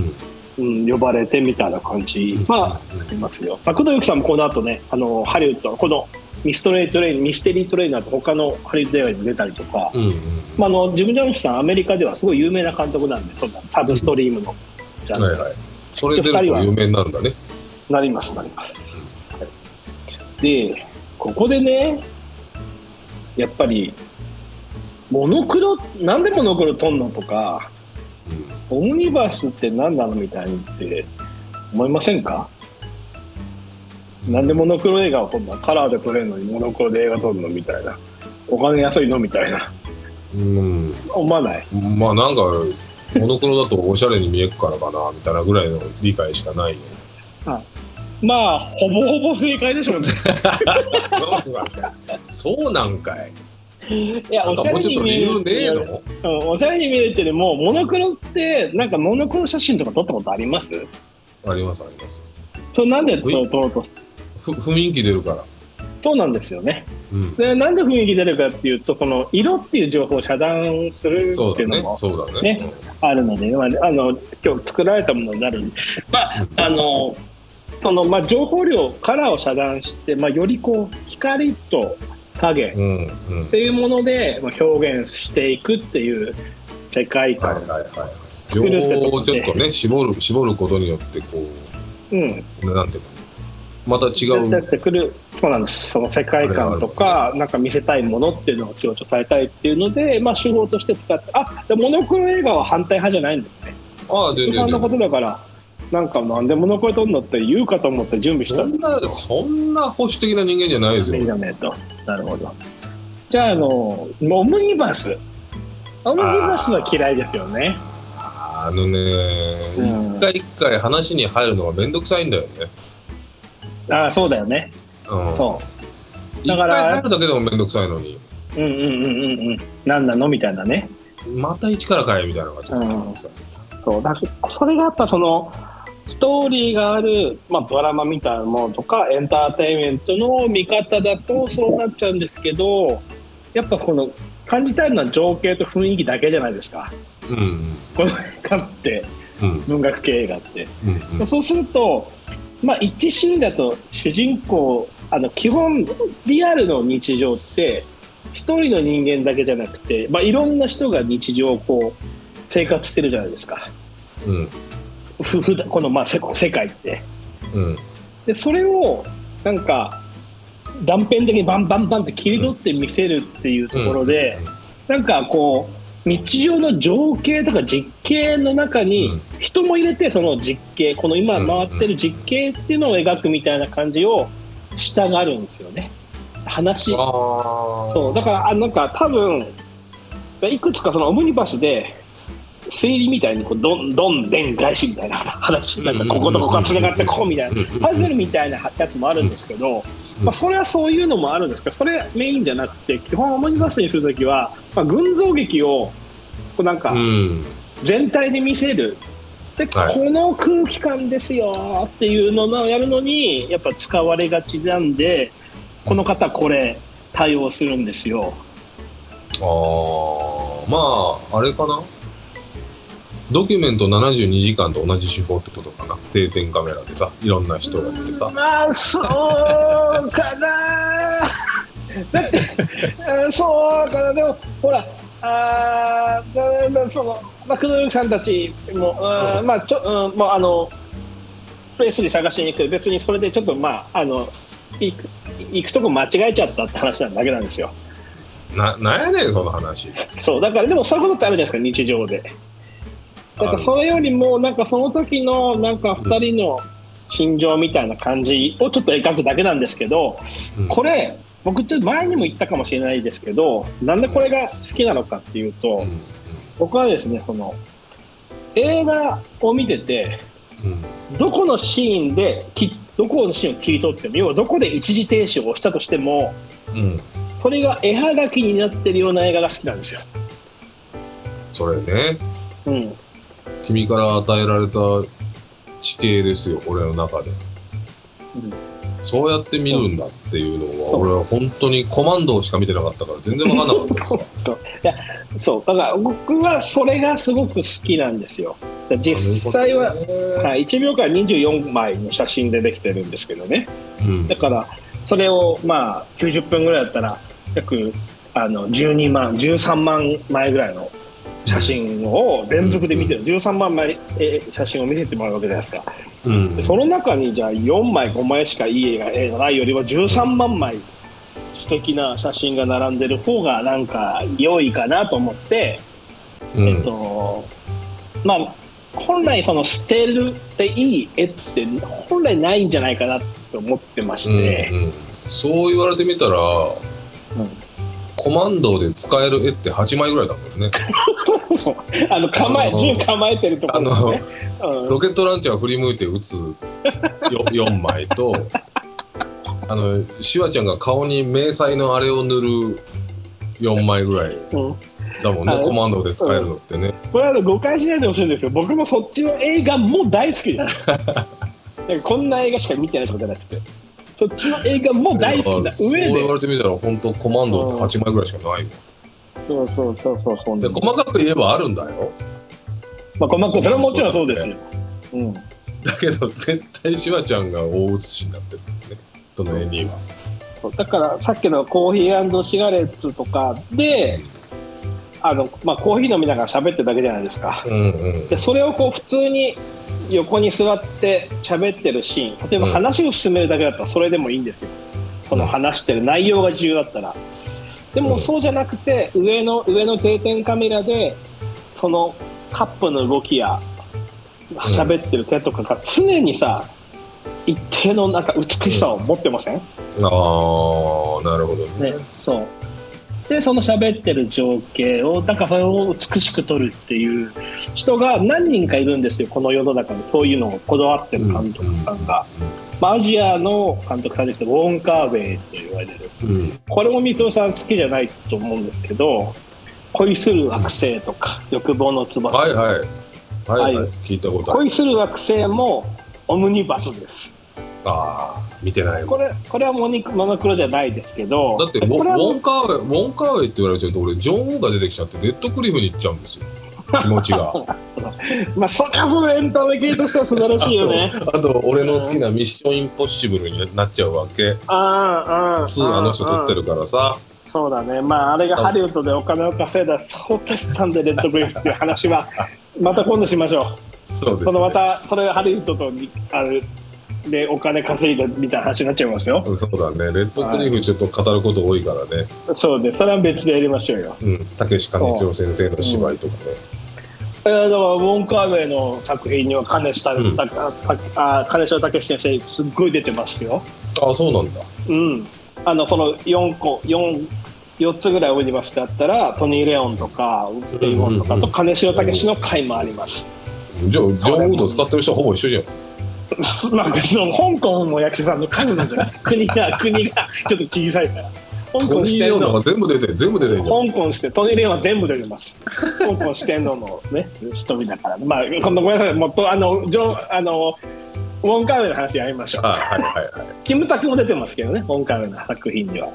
Speaker 1: うん
Speaker 2: うん、呼ばれてみたいな感じ、まあ、
Speaker 1: うん
Speaker 2: いますよ。まあ、工藤由紀さんもこの後ね、あのハリウッド、このミストレイトレイン、ミステリートレイナーと他のハリウッド映画にも出たりとか、
Speaker 1: うんうん
Speaker 2: まあ、あのジム・ジャームスさん、アメリカではすごい有名な監督なんで、そんなサブストリームの、じゃ
Speaker 1: はいはいそれ出ると有名になるんだね
Speaker 2: なります、なります。はい、で、ここでね、やっぱり、モノクロ、なんでモノクロ撮んのとか、オムニバースって何なのみたいにって思いませんかなんでモノクロ映画を撮んのカラーで撮れるのにモノクロで映画撮るのみたいなお金安いのみたいな
Speaker 1: うん、
Speaker 2: 思わない
Speaker 1: うん、まあなんかモノクロだとおしゃれに見えるからかなみたいなぐらいの理解しかないよ
Speaker 2: まあほぼほぼ正解でしょうね
Speaker 1: そうなんかいそうなんかい
Speaker 2: いや
Speaker 1: なん
Speaker 2: お
Speaker 1: か
Speaker 2: しゃ
Speaker 1: もう
Speaker 2: れ
Speaker 1: ちょっと
Speaker 2: に見
Speaker 1: 理
Speaker 2: える
Speaker 1: 由ねえの
Speaker 2: うんおしゃれに見えるっていうよりもモノクロってなんかモノクロ写真とか撮ったことあります
Speaker 1: ありますあります
Speaker 2: それなんでそう撮ろうと
Speaker 1: ふ雰囲気出るから
Speaker 2: そうなんですよね
Speaker 1: うん
Speaker 2: でなんで雰囲気出るかっていうとこの色っていう情報を遮断する
Speaker 1: そ
Speaker 2: っ
Speaker 1: う
Speaker 2: てい
Speaker 1: だね
Speaker 2: うのも
Speaker 1: そうだね
Speaker 2: ねあるので、まあ、あの今日作られたものになるんでまああのその、まあ、情報量カラーを遮断して、まあ、よりこう光と影っ
Speaker 1: うんうん
Speaker 2: ていうもので、まあ、表現していくっていう世界
Speaker 1: はい
Speaker 2: 観、
Speaker 1: はいはい情報をちょっとね絞る絞ることによってこ
Speaker 2: うん、
Speaker 1: うなんていうかまた違
Speaker 2: 出
Speaker 1: う
Speaker 2: てくるそうなんですその世界観とかなんか見せたいものっていうのを強調されたいっていうので、まあ、手法として使ってあでモノクロ映画は反対派じゃないんですね
Speaker 1: ああ全
Speaker 2: そ
Speaker 1: 然
Speaker 2: んな
Speaker 1: 全
Speaker 2: こと
Speaker 1: 然
Speaker 2: だからなんかなんでモノクロ撮んのって言うかと思って準備した
Speaker 1: そ
Speaker 2: ん
Speaker 1: んなそんな保守的な人間じゃないです
Speaker 2: いい
Speaker 1: よ
Speaker 2: じゃねえとなるほどじゃああのオムニバスオムニバスは嫌いですよね
Speaker 1: あのね
Speaker 2: うん
Speaker 1: 一回一回話に入るのがめんどくさいんだよね
Speaker 2: ああそうだよね
Speaker 1: うん
Speaker 2: そ
Speaker 1: 一
Speaker 2: だか
Speaker 1: 回
Speaker 2: ら
Speaker 1: 入るだけでもめんどくさいのに
Speaker 2: ううんうんうんうんうんなんなのみたいなね
Speaker 1: また一からかえみたいな感じになってさ
Speaker 2: そうだからそれがやっぱそのストーリーがある、まあ、ドラマみたいなものとかエンターテインメントの見方だとそうなっちゃうんですけどやっぱこの感じたいのは情景と雰囲気だけじゃないですか
Speaker 1: うんうん
Speaker 2: この映画って
Speaker 1: うん
Speaker 2: 文学系映画って、
Speaker 1: うんうん
Speaker 2: そうすると、まあ、一シーンだと主人公あの基本リアルの日常って一人の人間だけじゃなくて、まあ、いろんな人が日常をこう生活してるじゃないですか。
Speaker 1: うん
Speaker 2: ふふだこのまあせ世界って
Speaker 1: うん
Speaker 2: でそれをなんか断片的にバンバンバンって切り取って見せるっていうところで、なんかこう日常の情景とか実景の中
Speaker 1: う
Speaker 2: に
Speaker 1: ん
Speaker 2: 人も入れてその実景この今回ってる実景っていうのを描くみたいな感じをしたがるんですよね話
Speaker 1: ああ
Speaker 2: そうだからあなんか多分いくつかそのオムニバスで推理みたいにこうどんどんでん返しみたいな話なんかこことここがつながってこうみたいなパズルみたいなやつもあるんですけど、まあ、それはそういうのもあるんですけどそれメインじゃなくて基本オムニバスにするときは、まあ、群像劇をこうなんか
Speaker 1: うん
Speaker 2: 全体で見せる。でこ
Speaker 1: はい
Speaker 2: の空気感ですよっていうのをやるのにやっぱ使われがちなんでこの方これ対応するんですよ。
Speaker 1: あーまああれかなドキュメント72時間と同じ手法ってことかな定点カメラでさいろんな人がいてさ
Speaker 2: まあそうか なだってうんそうかなでもほらあーだだそのマクドナルドさんたちもうんまあちょ、うん、もうあのスペースに探しに行く別にそれでちょっとまああの行く行くとこ間違えちゃったって話なんだけなんですよ
Speaker 1: ななんやねんその話
Speaker 2: そうだからでもそういうことってあるじゃないですか日常でだからそれよりもなんかその時のなんか2人の心情みたいな感じをちょっと描くだけなんですけど、
Speaker 1: うん
Speaker 2: これ僕ちょっと前にも言ったかもしれないですけどなんでこれが好きなのかっていうと、
Speaker 1: うんうん
Speaker 2: 僕はですねその映画を見てて
Speaker 1: うん
Speaker 2: どこのシーンできどこのシーンを切り取っても要はどこで一時停止を押したとしても
Speaker 1: うん
Speaker 2: それが絵はがきになってるような映画が好きなんですよ。
Speaker 1: それね
Speaker 2: うん、
Speaker 1: 君から与えられた地形ですよ俺の中で、
Speaker 2: うん
Speaker 1: そうやって見るんだっていうのは、俺は本当にコマンドしか見てなかったから全然わかんなかったです わ
Speaker 2: いやそうだから僕はそれがすごく好きなんですよ。だから実際は、はい、1秒間24枚の写真でできてるんですけどね。
Speaker 1: うん
Speaker 2: だからそれをまあ90分ぐらいだったら約あの12万13万枚ぐらいの写真を連続で見てる13万枚えー写真を見せてもらうわけじゃないですか
Speaker 1: うん
Speaker 2: でその中にじゃあ4枚5枚しかいい映画映画ないよりは13万枚素敵な写真が並んでる方がなんか良いかなと思って
Speaker 1: うん
Speaker 2: えっと、まあ、本来その捨てるっていい絵って本来ないんじゃないかなと思ってまして、
Speaker 1: うんうん、そう言われてみたら、コマンドで使える絵って8枚ぐらいだもん ね
Speaker 2: そうあの構え
Speaker 1: あの
Speaker 2: 銃構えてるとこ
Speaker 1: あ
Speaker 2: ろ
Speaker 1: の
Speaker 2: ですね、うん
Speaker 1: ロケットランチャー振り向いて撃つよ 4枚とあのシュワちゃんが顔に迷彩のあれを塗る4枚ぐらい
Speaker 2: うん
Speaker 1: だもんね
Speaker 2: あの
Speaker 1: コマンドで使えるのってね、
Speaker 2: これはあの誤解しないでほしいんですけど僕もそっちの映画も大好きです なんかこんな映画しか見てないとかじゃなくてそっちの映画も大好きな
Speaker 1: だからそう
Speaker 2: 上で
Speaker 1: 言われてみたら本当コマンドって8枚ぐらいしかないよ
Speaker 2: そうそうそうそうそう
Speaker 1: で細かく言えばあるんだよ
Speaker 2: まあ、こまあそれはもちろんそうですよ、うん、
Speaker 1: だけど絶対シワちゃんが大写しになってるもんねその絵には
Speaker 2: そうだからさっきのコーヒーシガレットとかであの、まあ、コーヒー飲みながら喋ってるだけじゃないですか
Speaker 1: うんうん
Speaker 2: でそれをこう普通に横に座って喋ってるシーン例えば
Speaker 1: うん
Speaker 2: 話を進めるだけだったらそれでもいいんですよこの話してる内容が重要だったらで
Speaker 1: う
Speaker 2: も
Speaker 1: ん
Speaker 2: そうじゃなくて上の上の定点カメラでそのカップの動きや喋ってる手とかが常にさ一定のなんか美しさを持ってません、
Speaker 1: ああなるほどね
Speaker 2: ね、そうでその喋ってる情景をだからそれを美しく撮るっていう人が何人かいるんですよこの世の中にそういうのをこだわってる監督さんが、まあアジアの監督さんですけどウォン・カーベイって言われる
Speaker 1: うんうん
Speaker 2: これも三尾さん好きじゃないと思うんですけど「恋する惑星」とか「欲望の翼」
Speaker 1: はいはいはいは
Speaker 2: はいい
Speaker 1: 聞いたことある
Speaker 2: 恋する惑星」もオムニバスです
Speaker 1: ああ見てない
Speaker 2: こ
Speaker 1: もん
Speaker 2: れこれはモニモノクロじゃないですけど
Speaker 1: だってウォ
Speaker 2: これは
Speaker 1: ウォンカーウェイウォンカーウェイって言われちゃうと俺ジョン・ウーが出てきちゃってレッドクリフに行っちゃうんですよ気持ち が
Speaker 2: まあそれはそのエンタメ系としては素晴らしいよね
Speaker 1: あとあと俺の好きな「ミッション・インポッシブル」になっちゃうわけ
Speaker 2: ああ、
Speaker 1: 2あの人撮って
Speaker 2: る。
Speaker 1: るからさ
Speaker 2: そうだね。まあ、あれがハリウッドでお金を稼いだ、そうだったんで、レッドブリーフっていう 話は、また今度しましょ
Speaker 1: そう
Speaker 2: う。
Speaker 1: です
Speaker 2: そのま
Speaker 1: ね
Speaker 2: た、それがハリウッドとに、あれでお金稼いだみたいな話になっちゃいますよ。
Speaker 1: そうだねレッドクリフちょっと語ること多いからね
Speaker 2: そうで、それは別でやりましょうよ。
Speaker 1: うんたけしかねつよ先生の芝居とかね
Speaker 2: えーだから、ウォン・カーウェイの作品には金下
Speaker 1: うん
Speaker 2: たかあ金城武先生、すっごい出てますよ。
Speaker 1: ああそうなんだ
Speaker 2: うん。あの、その4個、四4つぐらいオニバスだったら、トニー・レオンとか、レイモンとかと、金城武の回もあります。
Speaker 1: じゃあジョン・ウード使ってる人ほぼ一緒じゃん
Speaker 2: なんかその香港の役者さんの数なんじ ゃない国が国がちょっと小さいから香
Speaker 1: ト
Speaker 2: 港
Speaker 1: ニ
Speaker 2: 四
Speaker 1: ー・レ
Speaker 2: 天
Speaker 1: オンと
Speaker 2: 王
Speaker 1: か全部出てる全部出てんじゃん
Speaker 2: 香港してトニー・レオンは全部出てます香港四天王のね人々だからまあこのごめんなさいもっとあのジョンあのウォン・カーウェイの話やりましょう
Speaker 1: あはいはいはい
Speaker 2: キムタクも出てますけどね、今回の作品には。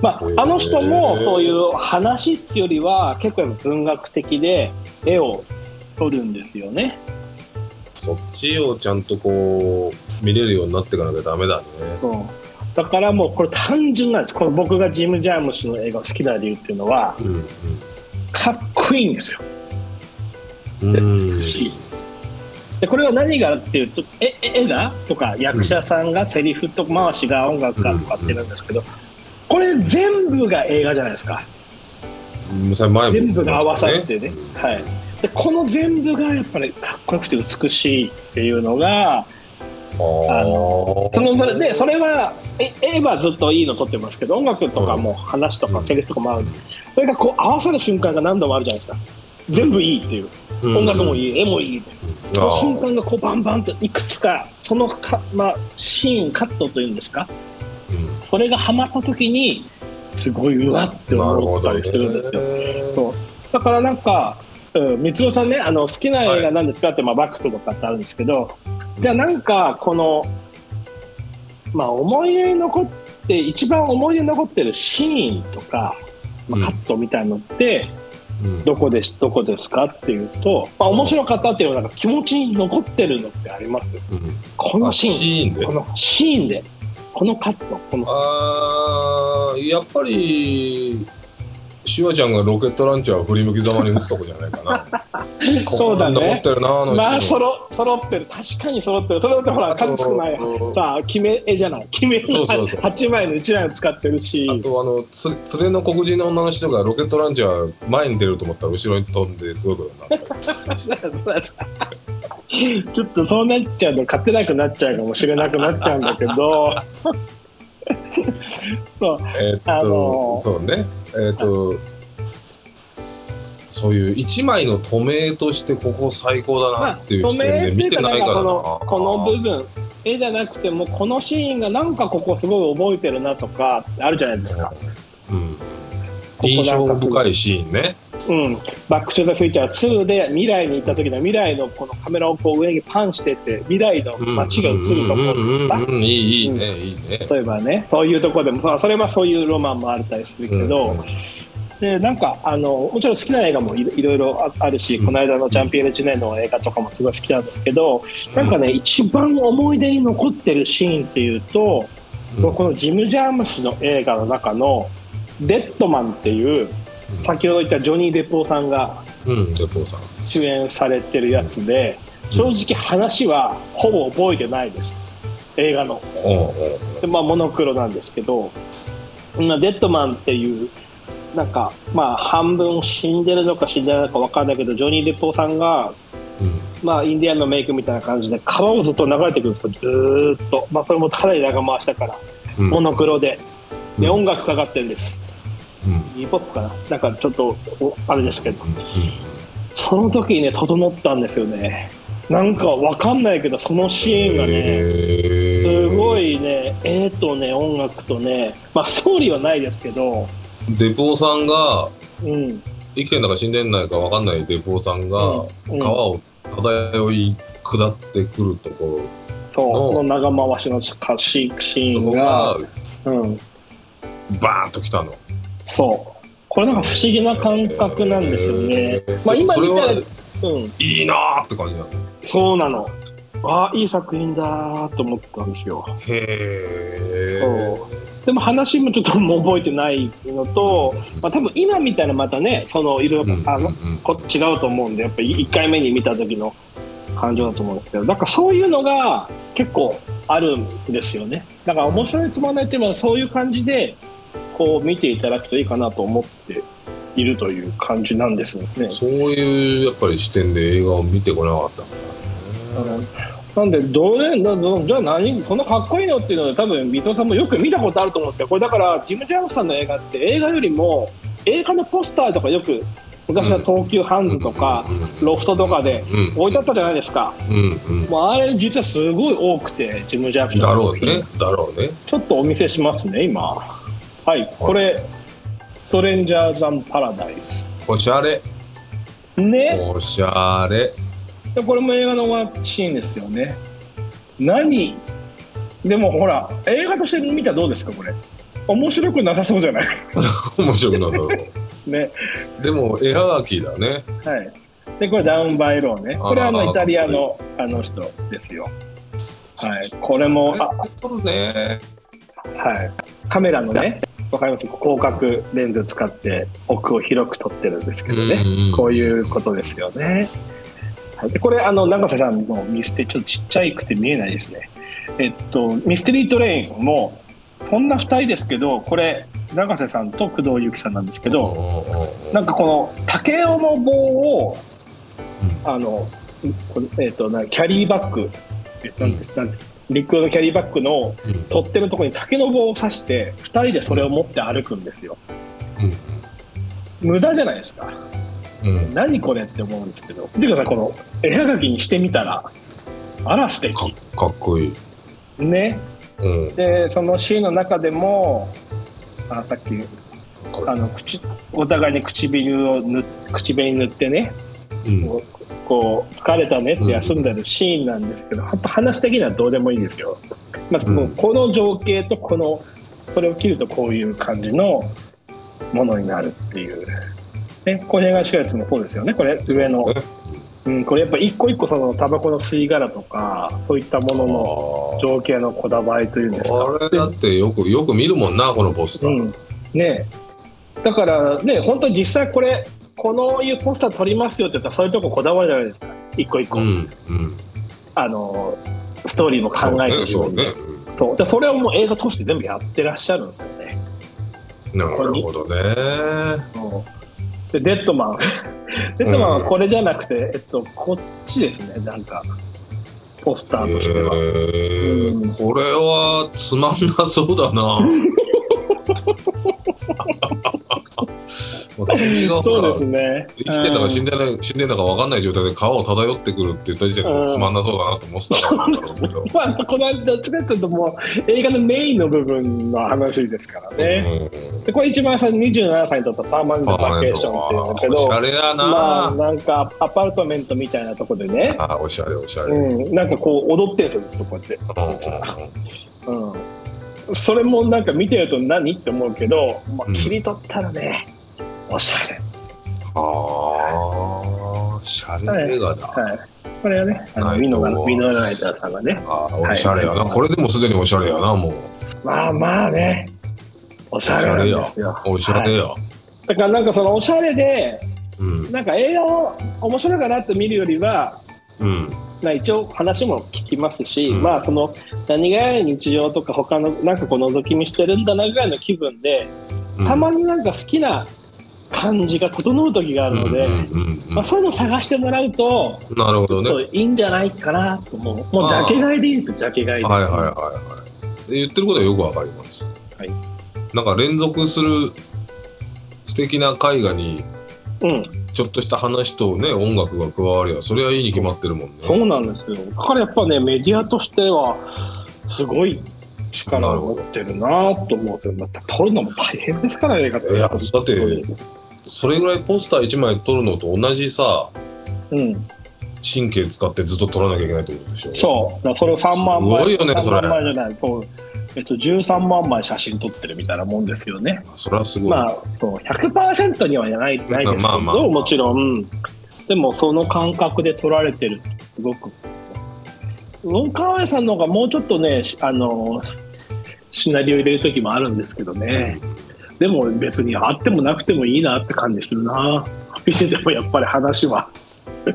Speaker 2: まあ
Speaker 1: へー、
Speaker 2: あの人もそういう話っていうよりは結構やっぱ文学的で絵を撮るんですよね。
Speaker 1: そっちをちゃんとこう見れるようになっていかなきゃダメだね
Speaker 2: そうだからもうこれ単純なんです。これ僕がジム・ジャーム氏の映画を好きな理由っていうのは
Speaker 1: うん
Speaker 2: かっこいいんですよ。
Speaker 1: うんうん
Speaker 2: でこれは何がっていうと「ええ絵だ?」とか役者さんがセリフと回しが音楽がとかってなんですけどこれ全部が映画じゃないですか。
Speaker 1: うんそれ前も
Speaker 2: 全部が合わさってね、
Speaker 1: うん
Speaker 2: はい、でこの全部がやっぱりかっこよくて美しいっていうのが
Speaker 1: あ
Speaker 2: あ
Speaker 1: の
Speaker 2: そのそれでそれはえ絵はずっといいの撮ってますけど音楽とかも話と
Speaker 1: う
Speaker 2: か
Speaker 1: ん
Speaker 2: セリフとかもあるんでそれがこう合わさる瞬間が何度もあるじゃないですか全部いいっていう音楽も
Speaker 1: い
Speaker 2: いい絵もいいその瞬間がこうバンバンといくつかそのか、まあ、シーンカットというんですかそれがハマった時にすごいうわって
Speaker 1: なる
Speaker 2: 思
Speaker 1: ほ
Speaker 2: った
Speaker 1: ど
Speaker 2: り
Speaker 1: ね
Speaker 2: するんですよ。そうだからなんか、うん、三郎さんねあの好きな映画なんですかって、まあ、バックとかってあるんですけどじゃあなんかこの、まあ、思い出に残って一番思い出に残ってるシーンとか、まあ、カットみたいのって
Speaker 1: うん
Speaker 2: どこでし、どこですかっていうと、まあ、面白かったっていうのはなんか気持ちに残ってるのってあります
Speaker 1: うん
Speaker 2: この
Speaker 1: あ
Speaker 2: シ
Speaker 1: シーン
Speaker 2: ーン
Speaker 1: で
Speaker 2: このシーンでこのカットこの
Speaker 1: あーやっぱりシュワちゃんがロケットランチャーを振り向きざまに打つとこじゃないかな
Speaker 2: そうだね
Speaker 1: ここに残ってるなあの人
Speaker 2: まあそろ揃ってる確かに揃ってるそれだってほら数少ないさあ決め絵じゃない決め絵
Speaker 1: そうそうそう
Speaker 2: 8枚の1枚を使ってるし
Speaker 1: あとあのつ連れの黒人の女の人がロケットランチャー前に出ると思ったら後ろに飛んですごいことになったりして
Speaker 2: ちょっとそうなっちゃうと勝てなくなっちゃうかもしれなくなっちゃうんだけ どそう
Speaker 1: えーっと、
Speaker 2: あのー
Speaker 1: そうねえーっとそういう一枚の透明としてここ最高だ
Speaker 2: ま
Speaker 1: な
Speaker 2: あ
Speaker 1: っていう視点で
Speaker 2: 止め
Speaker 1: 見
Speaker 2: って
Speaker 1: て
Speaker 2: う
Speaker 1: ないからな
Speaker 2: んそのこの部分絵じゃなくてもこのシーンがなんかここすごい覚えてるなとかあるじゃないですか、
Speaker 1: うん
Speaker 2: こ
Speaker 1: 印象深
Speaker 2: い、
Speaker 1: いシーンね
Speaker 2: うん、バック・トゥ・ザ・フューチャー2で未来に行った時の未来のこのカメラをこう上にパンしてて未来の街が映ると
Speaker 1: う
Speaker 2: ころ
Speaker 1: んうんうんうんいいいいねいいね
Speaker 2: 例えばねそういうとこでもまあそれはそういうロマンもあったりするけど、
Speaker 1: うん
Speaker 2: でなんかあのもちろん好きな映画もいいろいろああるし、
Speaker 1: うん
Speaker 2: この間のジャンピエール・ジュネの映画とかもすごい好きなんですけど、なんかね一番思い出に残ってるシーンっていうと、
Speaker 1: うん
Speaker 2: このジム・ジャームスの映画の中の「デッドマン」っていう先ほど言ったジョニー・デポーさんが
Speaker 1: うん、ジャポンさん。
Speaker 2: 主演されてるやつで正直話はほぼ覚えてないです映画の。
Speaker 1: おうおう
Speaker 2: でまあ、モノクロなんですけど、まあ、デッドマンっていうなんかまあ半分死んでるのか死んでないのかわかんないけどジョニー・デポーさんが、
Speaker 1: うん
Speaker 2: まあ、インディアンのメイクみたいな感じで川をずっと流れてくるんですよずーっと、まあ、それもかなり長回したから、
Speaker 1: うん
Speaker 2: モノクロでで
Speaker 1: うん
Speaker 2: 音楽かかってるんです
Speaker 1: うんうん
Speaker 2: e ポップかななんかちょっとおあれですけどその時にね整ったんですよねなんかわかんないけどそのシーンがね、
Speaker 1: へ
Speaker 2: す
Speaker 1: ー
Speaker 2: ごいね、絵とね、音楽とね、まあ、ストーリーはないですけど、
Speaker 1: デポーさんが
Speaker 2: うん、
Speaker 1: 生きてんだか死んでんないかわかんないデポーさんが
Speaker 2: うん
Speaker 1: 川を漂い下ってくるとこ
Speaker 2: そう、こ
Speaker 1: お
Speaker 2: の長回しの歌詞
Speaker 1: ろ
Speaker 2: シ
Speaker 1: そ
Speaker 2: ーン
Speaker 1: こ
Speaker 2: が
Speaker 1: が、
Speaker 2: うん、
Speaker 1: バーンと来たの
Speaker 2: そう、これなんか不思議な感覚なんですよね
Speaker 1: へ。ー
Speaker 2: まあ、今
Speaker 1: それ
Speaker 2: 見たら、
Speaker 1: は
Speaker 2: うん、
Speaker 1: いいなーって感じなの
Speaker 2: そうなの。ああ、いい作品だーと思ったんですよ。
Speaker 1: へ
Speaker 2: そでも話もちょっともう覚えてないのと、まあ、多分今みたいなまたね、そのいろいろ、あの、こ違うと思うんでやっぱり1回目に見た時の感情だと思うんですけどだからそういうのが結構あるんですよねだから面白いつまらないっていうのはそういう感じでこう見ていただくといいかなと思っているという感じなんですよね
Speaker 1: そういうやっぱり視点で映画を見てこなかった
Speaker 2: あのなんでどれなどじゃあ何このかっこいいのっていうのは多分伊藤さんもよく見たことあると思うんですよこれだからジム・ジャームスさんの映画って映画よりも映画のポスターとかよく昔は東急ハンズとかロフトとかで
Speaker 1: うん
Speaker 2: 置いてあったじゃないですか
Speaker 1: うんうん
Speaker 2: もうあれ実はすごい多くてジム・ジャクソン
Speaker 1: だ
Speaker 2: の
Speaker 1: ろ
Speaker 2: 作
Speaker 1: う
Speaker 2: 品
Speaker 1: ねだろうね
Speaker 2: ちょっとお見せしますね今はいこれ、ストレンジャーズ・アン・パラダイ
Speaker 1: おしゃれ
Speaker 2: スね
Speaker 1: おしゃれ
Speaker 2: でこれも映画のワンシーンですよね何でもほら映画として見たらどうですかこれ面白くなさそうじゃない
Speaker 1: 面白くなったぞ
Speaker 2: ね
Speaker 1: でも絵はがきだね
Speaker 2: はいでこれダウン・バイ・ローねこれはあ
Speaker 1: あ
Speaker 2: の
Speaker 1: ー
Speaker 2: イタリアのあの人ですよはいこれもあ
Speaker 1: 撮るね
Speaker 2: はい、カメラのね、わかります広角レンズ使って奥を広く撮ってるんですけどね、
Speaker 1: うん
Speaker 2: こういうことですよね。はいでこれあの永瀬さんのミステちょっとちっちゃいくて見えないですね。えっとミステリートレインもそんな2人ですけど、これ永瀬さんと工藤由紀さんなんですけど、なんかこの竹雄の棒を、あのこれえっとなキャリーバッグ、えなんですなんてリュックのキャリーバッグの
Speaker 1: うんうん
Speaker 2: 取っ手のところに竹の棒を刺して2人でそれを持って歩くんですよ無駄じゃないですか
Speaker 1: うんうん
Speaker 2: 何これって思うんですけど見てくださいこの絵はがきにしてみたらあら素
Speaker 1: か
Speaker 2: 敵
Speaker 1: かっこいい
Speaker 2: ね
Speaker 1: うん
Speaker 2: でそのシーンの中でもあさっき
Speaker 1: これ
Speaker 2: あの口お互いに唇を塗っ口紅塗ってね
Speaker 1: うん
Speaker 2: こうこう疲れたねって休んでるシーンなんですけど、やっぱ話的にはどうでもいいんですよ、まあ、こ
Speaker 1: うん
Speaker 2: この情景とこのそれを切るとこういう感じのものになるっていう、ね、これが近いやつもそうですよねこれ上の、うん、これやっぱ一個一個そのタバコの吸い殻とかそういったものの
Speaker 1: あ
Speaker 2: 情景のこだわりというんですか
Speaker 1: ーあれだってよくよく見るもんなこのポスタ
Speaker 2: う
Speaker 1: ー
Speaker 2: ん、ねえだからね本当に実際これこのいうポスター撮りますよって言ったらそういうとここだわるじゃないですか一個一個、
Speaker 1: うんうん
Speaker 2: あのストーリーも考えてる
Speaker 1: そうね
Speaker 2: そうでそれをもう映画通して全部やってらっしゃるんですよね、
Speaker 1: そうねなるほどね
Speaker 2: うんでデッドマン デッドマンはこれじゃなくて、えっと、こっちですねなんかポスターとしては、
Speaker 1: えー
Speaker 2: うん
Speaker 1: これはつまんなそうだな。君がほ
Speaker 2: そ
Speaker 1: ら
Speaker 2: うですね
Speaker 1: 生きてんだか死ん
Speaker 2: で
Speaker 1: でない死んでんだか分かんない状態で川を漂ってくるって言った時点
Speaker 2: うん
Speaker 1: でつまんなそうだなと思ってたからなんだろうけど。
Speaker 2: まあ、この間どっちかっていうともう映画のメインの部分の話ですからね、
Speaker 1: うん
Speaker 2: でこれ一番最初に27歳にとったパーマネン
Speaker 1: パ
Speaker 2: ト
Speaker 1: ー
Speaker 2: バ
Speaker 1: マ
Speaker 2: ケ
Speaker 1: ネン
Speaker 2: ーシ
Speaker 1: ト
Speaker 2: ョンっていうん
Speaker 1: はお
Speaker 2: だけ
Speaker 1: し
Speaker 2: ど
Speaker 1: ゃれやな、
Speaker 2: まあなんかアパートメントみたいなとこでね
Speaker 1: あ、おしゃれおしゃれ、うんうん
Speaker 2: うん、なんかこう踊ってるんですよ、こうやって。うん、それもなんか見てると何って思うけど、まあ、
Speaker 1: うん
Speaker 2: 切り取ったらね、おしゃれ。
Speaker 1: ああ、シャレ映画だ。
Speaker 2: はい。これはね、あの
Speaker 1: はい
Speaker 2: ミノガ
Speaker 1: どう
Speaker 2: の、
Speaker 1: も
Speaker 2: ミノガライターさんがね。
Speaker 1: ああ、おしゃれやな。これでもすでにおしゃれやな、もう。
Speaker 2: まあまあね、お
Speaker 1: お
Speaker 2: しゃれなんですよ。
Speaker 1: おしゃれや。
Speaker 2: はいだからなんかそのおしゃれで、
Speaker 1: うん。
Speaker 2: なんか映画を面白いかなって見るよりは、
Speaker 1: うん。
Speaker 2: まあ、一応話も聞きますし、
Speaker 1: うん
Speaker 2: まあその何気ない日常とか他のなんかこう覗き見してるんだなぐらいの気分で、
Speaker 1: うん
Speaker 2: たまになんか好きな感じが整う時があるので、
Speaker 1: うんうんうん
Speaker 2: まあ、そういうのを探してもらうと、
Speaker 1: うんなるほどね。
Speaker 2: そういいんじゃないかなと思う。もうジャケ買いでいいんですよ、ジャケ買いで。
Speaker 1: はいはいはいはい。言ってることはよくわかります。
Speaker 2: はい。
Speaker 1: なんか連続する素敵な絵画に
Speaker 2: うん、
Speaker 1: ちょっとした話とね音楽が加わりゃそれはいいに決まってるもんね。
Speaker 2: そうなんですよ。だからやっぱね、メディアとしては、すごい力を持ってるなと思うんですよ。だって撮るのも大変ですからね、映画って。
Speaker 1: いやだってそれぐらいポスター1枚撮るのと同じさ
Speaker 2: うん、
Speaker 1: 神経使ってずっと撮らなきゃいけないってことでしょ。
Speaker 2: そう。だからそれを3万枚。
Speaker 1: すごいよねそれ
Speaker 2: 3万枚じゃない。そう。えっと、13万枚写真撮ってるみたいなもんですよね。
Speaker 1: それはすごい。
Speaker 2: まあ、そう100%にはないないですけど、
Speaker 1: まあまあまあ
Speaker 2: もちろん、でもその感覚で取られてる、すごく。ロン・カワイさんの方がもうちょっとね、しあのシナリオ入れる時もあるんですけどね、でも別にあってもなくてもいいなって感じするな、 見ててもやっぱり話は。
Speaker 1: あ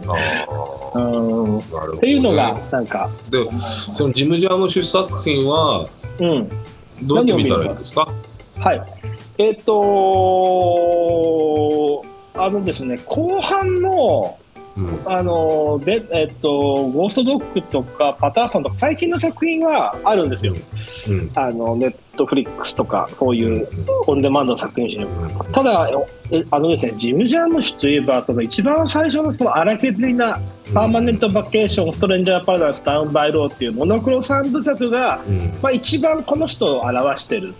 Speaker 1: ー
Speaker 2: うんっ
Speaker 1: なるほどね
Speaker 2: ていうのが、なんか、
Speaker 1: でそのジム・ジャームシュ作品は
Speaker 2: うん、
Speaker 1: どうやって見たらいいんですか
Speaker 2: はい。えっ、とあのですね、後半の、
Speaker 1: うん
Speaker 2: あのでえっと、ゴーストドッグとかパターソンとか最近の作品があるんですよ、
Speaker 1: うん
Speaker 2: あのネットフリックスとかそ
Speaker 1: う
Speaker 2: うい
Speaker 1: ん
Speaker 2: うオンデマンドの作品集
Speaker 1: うん
Speaker 2: ただえあのです、ね、ジム・ジャームシュといえばその一番最初のその荒削りな「パーマネント・バケーション」ストレンジャー・パラダイス」「ダウン・バイ・ロー」っていうモノクロ三部作が、
Speaker 1: うん
Speaker 2: まあ、一番この人を表してる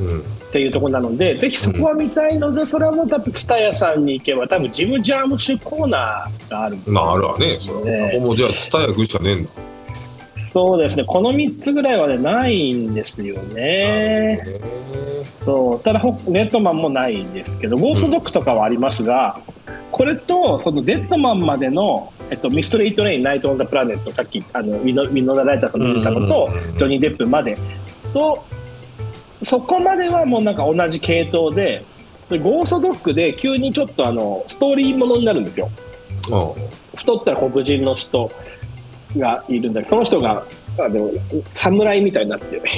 Speaker 1: うん
Speaker 2: っていうところなのでぜひそこは見たいので、それはもう多分蔦屋さんに行けば多分ジム・ジャームシュコーナーがある
Speaker 1: まああるわね、それは。
Speaker 2: ねえ
Speaker 1: もうじゃあ、伝え行くしかねえんだ。
Speaker 2: そうですね、この3つぐらいはね、ないんですよね。
Speaker 1: え
Speaker 2: そうただ、ほデッドマンもないんですけど、ゴーストドッグとかはありますが、これと、そのデッドマンまでの、えっと、ミストリートレイン、ナイト・オン・ザ・プラネット、さっき、あのミノミノラ・ライターさんの見たのと
Speaker 1: うんうんうんうん、
Speaker 2: ジョニー・デップまでと、そこまではもうなんか同じ系統で、でゴーストドッグで急にちょっとあのストーリーものになるんですよ。太った黒人の人がいるんだけどその人があの侍みたいになって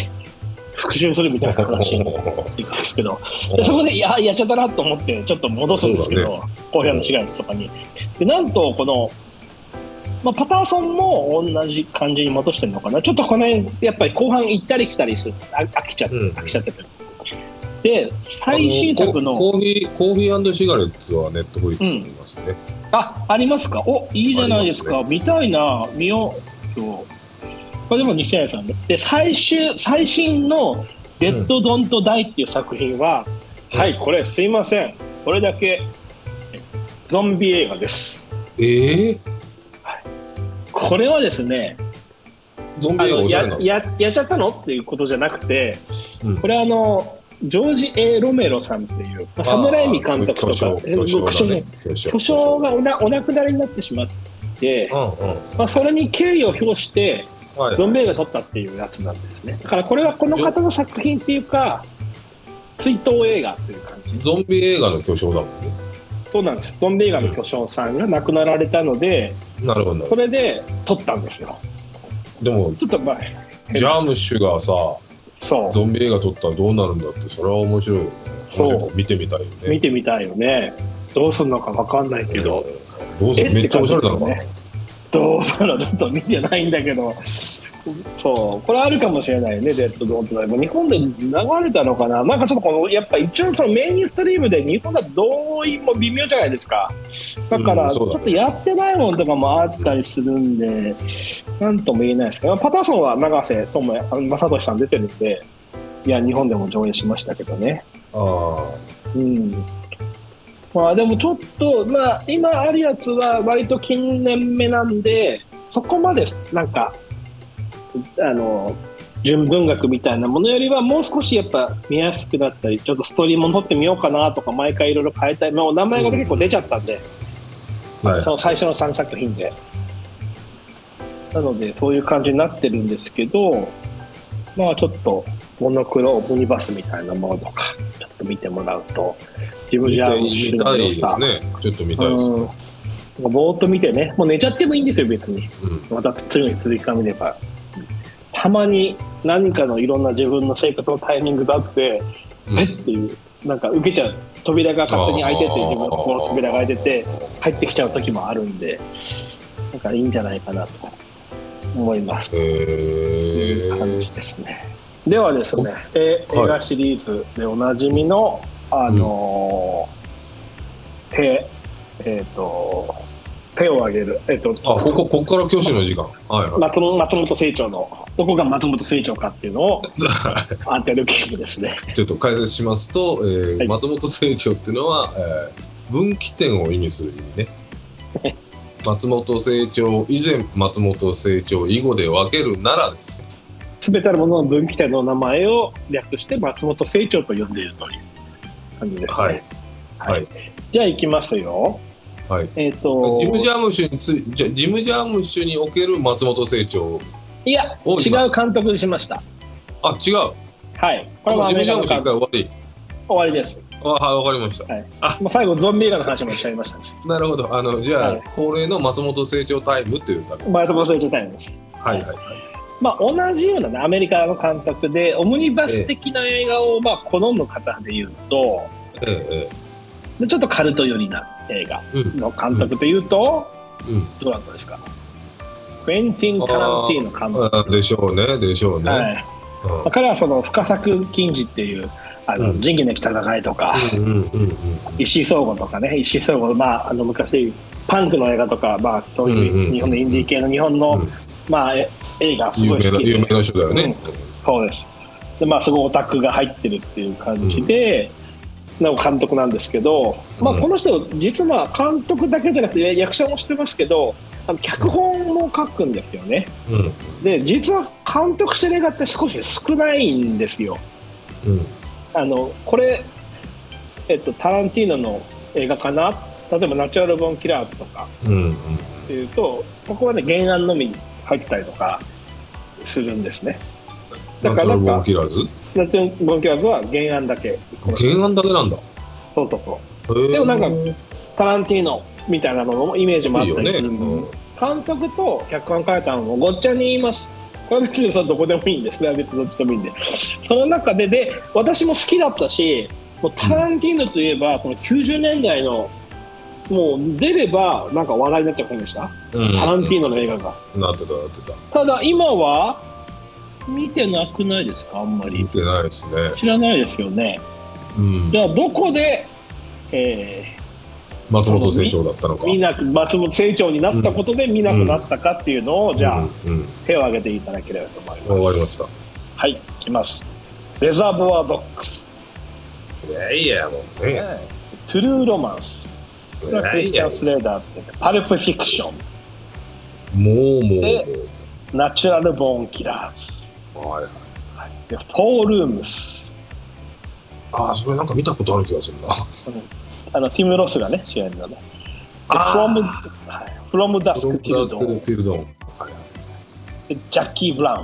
Speaker 2: 復讐するみたいな話になっていくんですけどで そこでいややっちゃったなと思ってちょっと戻すんですけ
Speaker 1: そう
Speaker 2: ど後編の違いとかに。でなんとこのまあ、パターソンも同じ感じに戻してるのかな、ちょっとこの辺、やっぱり後半行ったり来たりする、あ飽きちゃって、
Speaker 1: うん
Speaker 2: 飽きちゃってて、で、最新作の、
Speaker 1: コーヒー、コーヒーシガレッツはネットフリックスにいますね。
Speaker 2: あ、ありますか。お、いいじゃないです
Speaker 1: あ
Speaker 2: か。見たいな、見よう。今日これでも西谷さんで。で、最終、最新のデッドドントダイっていう作品は。
Speaker 1: うん
Speaker 2: はい、これ、すいません。これだけ。ゾンビ映画です。
Speaker 1: ええ
Speaker 2: これはですね。
Speaker 1: ゾン
Speaker 2: あ
Speaker 1: ビ映画
Speaker 2: の
Speaker 1: おしゃ
Speaker 2: や
Speaker 1: れなんですか
Speaker 2: ややっちゃったのっていうことじゃなくて、
Speaker 1: うん
Speaker 2: これあのジョージ・ A ・ロメロさんっていう、まあ、サムライミ監督とか
Speaker 1: 巨匠
Speaker 2: え
Speaker 1: 巨匠だね
Speaker 2: 巨匠巨匠がおなお亡くなりになってしまって、
Speaker 1: うんうん
Speaker 2: まあ、それに敬意を表して
Speaker 1: はい
Speaker 2: ゾンビ映画撮ったっていうやつなんですねだからこれはこの方の作品っていうか追悼映画っていう感じ
Speaker 1: ゾンビ映画の巨匠だもんね
Speaker 2: そうなんですゾンビ映画の巨匠さんが亡くなられたので
Speaker 1: なるほどなる
Speaker 2: そ
Speaker 1: ほ
Speaker 2: れで撮ったんですよ
Speaker 1: どでも
Speaker 2: ちょっとまあ
Speaker 1: ジャームッシュがさ
Speaker 2: そう
Speaker 1: ゾンビ映画撮ったらどうなるんだってそれは面白いよね
Speaker 2: そう
Speaker 1: 面白い見てみたいよね
Speaker 2: 見てみたいよねどうすんのかわかんないけど、
Speaker 1: どうせ
Speaker 2: えって
Speaker 1: めっちゃおしゃれなのかな
Speaker 2: 感じどうするのちょっと見てないんだけどそうこれあるかもしれないねデッドドーンともう日本で流れたのかななんかちょっとこのやっぱ一応そのメインストリームで日本だと動員も微妙じゃないですかだか
Speaker 1: うん
Speaker 2: らち
Speaker 1: そ
Speaker 2: ょ
Speaker 1: うだね
Speaker 2: っとやってないものとかもあったりするんでなんとも言えないですけどパターソンは永瀬智也あの正俊さん出てるんでいや日本でも上映しましたけどね
Speaker 1: あ
Speaker 2: うんまあでもちょっと、まあ、今あるやつは割と近年目なんでそこまでなんかあの純文学みたいなものよりはもう少しやっぱ見やすくなったりちょっとストーリーも撮ってみようかなとか毎回いろいろ変えたいもう名前が結構出ちゃったんで、
Speaker 1: はい
Speaker 2: その最初の3作品でなのでそういう感じになってるんですけどまあちょっとモノクロオムニバスみたいなものとかちょっと見てもらうと自分
Speaker 1: 見
Speaker 2: じゃ
Speaker 1: たい
Speaker 2: 面
Speaker 1: 見た
Speaker 2: 白
Speaker 1: い
Speaker 2: い
Speaker 1: で
Speaker 2: の
Speaker 1: す
Speaker 2: さ、
Speaker 1: ねちょっと見たいですね
Speaker 2: うんぼーっと見てねもう寝ちゃってもいいんですよ別に
Speaker 1: うん
Speaker 2: また次に続きから見ればたまに何かのいろんな自分の生活のタイミングがあって、
Speaker 1: うん
Speaker 2: えっていうなんか受けちゃう扉が勝手に開いてて
Speaker 1: あー
Speaker 2: 自分の心の扉が開いてて入ってきちゃう時もあるんでなんかいいんじゃないかなと思います
Speaker 1: へ
Speaker 2: という感
Speaker 1: え
Speaker 2: じですね、ではですね、え
Speaker 1: はい
Speaker 2: 映画シリーズでおなじみのあのー手えっ、と手を挙げるえっ、と
Speaker 1: あここここから教師の時間はいは
Speaker 2: 松本松本清張のどこが松本清張かっていうの を当てるゲームですね。
Speaker 1: いちょっと解説しますと、えー
Speaker 2: はい
Speaker 1: 松本清張っていうのは、えー分岐点を意味する意味 ね松本清張以前松本清張以後で分けるならですね
Speaker 2: すべてあるものの分岐点の名前を略して松本清張と呼んでいるという感じですね。
Speaker 1: はいはい、
Speaker 2: じゃあ行きますよ。
Speaker 1: はい
Speaker 2: えっ、と
Speaker 1: ジム・ジャームッシュについじゃジム・ジャームッシュにおける松本清張
Speaker 2: いや
Speaker 1: お
Speaker 2: 違
Speaker 1: 今
Speaker 2: う監督にしました。
Speaker 1: あ違う
Speaker 2: はい。これ
Speaker 1: もう
Speaker 2: はア
Speaker 1: ジ
Speaker 2: メ
Speaker 1: ム・
Speaker 2: リ
Speaker 1: ジャ
Speaker 2: カ
Speaker 1: ーム
Speaker 2: の
Speaker 1: ッシュ一回
Speaker 2: 監
Speaker 1: 終
Speaker 2: 督
Speaker 1: わり
Speaker 2: 終わりです。
Speaker 1: あはいわかりました
Speaker 2: もう最後ゾンビ映画の話もしちゃいましたし。
Speaker 1: なるほどあのじゃあ、
Speaker 2: はい
Speaker 1: 恒例の松本清張タイムっていうだけです
Speaker 2: 松本清張タイムです。
Speaker 1: はいはいはい
Speaker 2: まあ、同じような、ね、アメリカの監督でオムニバス的な映画をまあ好む方で言うと、
Speaker 1: えええ
Speaker 2: でちょっとカルト寄りな映画
Speaker 1: えうん
Speaker 2: の監督というと、
Speaker 1: うん
Speaker 2: どうだったですかクエンティン・タランティーノ監督。
Speaker 1: あでしょうねでしょうね、
Speaker 2: はいまあ彼はその深作金次っていうあの、
Speaker 1: うん
Speaker 2: 仁義なき戦いとか、
Speaker 1: うんうんうんうんうん
Speaker 2: 石井壮吾とかね石井壮吾、まあ、あの昔パンクの映画とか、まあ、そ
Speaker 1: う
Speaker 2: う
Speaker 1: ん
Speaker 2: いううん日本のインディー系の日本の、
Speaker 1: うん
Speaker 2: まあ、え映画す
Speaker 1: 有
Speaker 2: ごい
Speaker 1: 名
Speaker 2: 好
Speaker 1: な
Speaker 2: き
Speaker 1: 有
Speaker 2: で
Speaker 1: 名な人だよね、
Speaker 2: そうですで、まあ、すごいオタクが入ってるっていう感じで、の監督なんですけど、まあ、
Speaker 1: うん
Speaker 2: この人実は監督だけじゃなくて役者もしてますけどあの脚本も書くんですよね
Speaker 1: うんうん
Speaker 2: で実は監督してる映画って少し少ないんですよあのこれ、えっと、タランティーノの映画かな例えば「ナチュラル・ボーン・キラーズ」とか
Speaker 1: うんうん
Speaker 2: っていうとここはね原案のみ入ってたりとかするんですねだ
Speaker 1: だ
Speaker 2: か
Speaker 1: から
Speaker 2: な
Speaker 1: らボ
Speaker 2: んか
Speaker 1: ンキラーズ
Speaker 2: 「ナチュラル・ボーン・キラーズ」は原案だけ
Speaker 1: 原案だけなんだへ
Speaker 2: そうそうそう
Speaker 1: え
Speaker 2: でもなんかタランティーノみたいなののイメージもあ
Speaker 1: い
Speaker 2: っ
Speaker 1: い
Speaker 2: た
Speaker 1: よ
Speaker 2: り
Speaker 1: ね、
Speaker 2: するんで、
Speaker 1: うん
Speaker 2: 監督と脚本書いたのもごっちゃに言いますこれは別にさどこでもいいんですそれは別にどっちでもいいんでその中でで私も好きだったしもうタランティーノといえばこの90年代のもう出ればなんか話題になっちゃう本でした、
Speaker 1: うん
Speaker 2: タランティーノの映画が
Speaker 1: なってたなってた
Speaker 2: ただ今は見てなくないですかあんま
Speaker 1: 見
Speaker 2: り
Speaker 1: てないですね
Speaker 2: 知らないですよね
Speaker 1: うん
Speaker 2: じゃあどこで、えー、
Speaker 1: 松本清張だったのか
Speaker 2: 見なく松本清張になったことで見なくなったかっていうのを、じゃあ
Speaker 1: うんうん
Speaker 2: 手を挙げていただければと思います、
Speaker 1: わかりました
Speaker 2: はいいきますレザーボアドックス
Speaker 1: いやいやもうね
Speaker 2: トゥルーロマンスこれはクリスチャン・スレーダーってパルプフィクション
Speaker 1: もうもう
Speaker 2: でナチュラル・ボーン・キラー
Speaker 1: もうはい
Speaker 2: ズでフォールームス
Speaker 1: ああそれなんか見たことある気がするな
Speaker 2: あのティム・ロスがね主演のねで
Speaker 1: あー
Speaker 2: From はい From
Speaker 1: 「ロ
Speaker 2: Dusk
Speaker 1: ン
Speaker 2: Till
Speaker 1: ダースク
Speaker 2: Dawn
Speaker 1: ティルドン」はいはい
Speaker 2: でジャッキー・ブラウ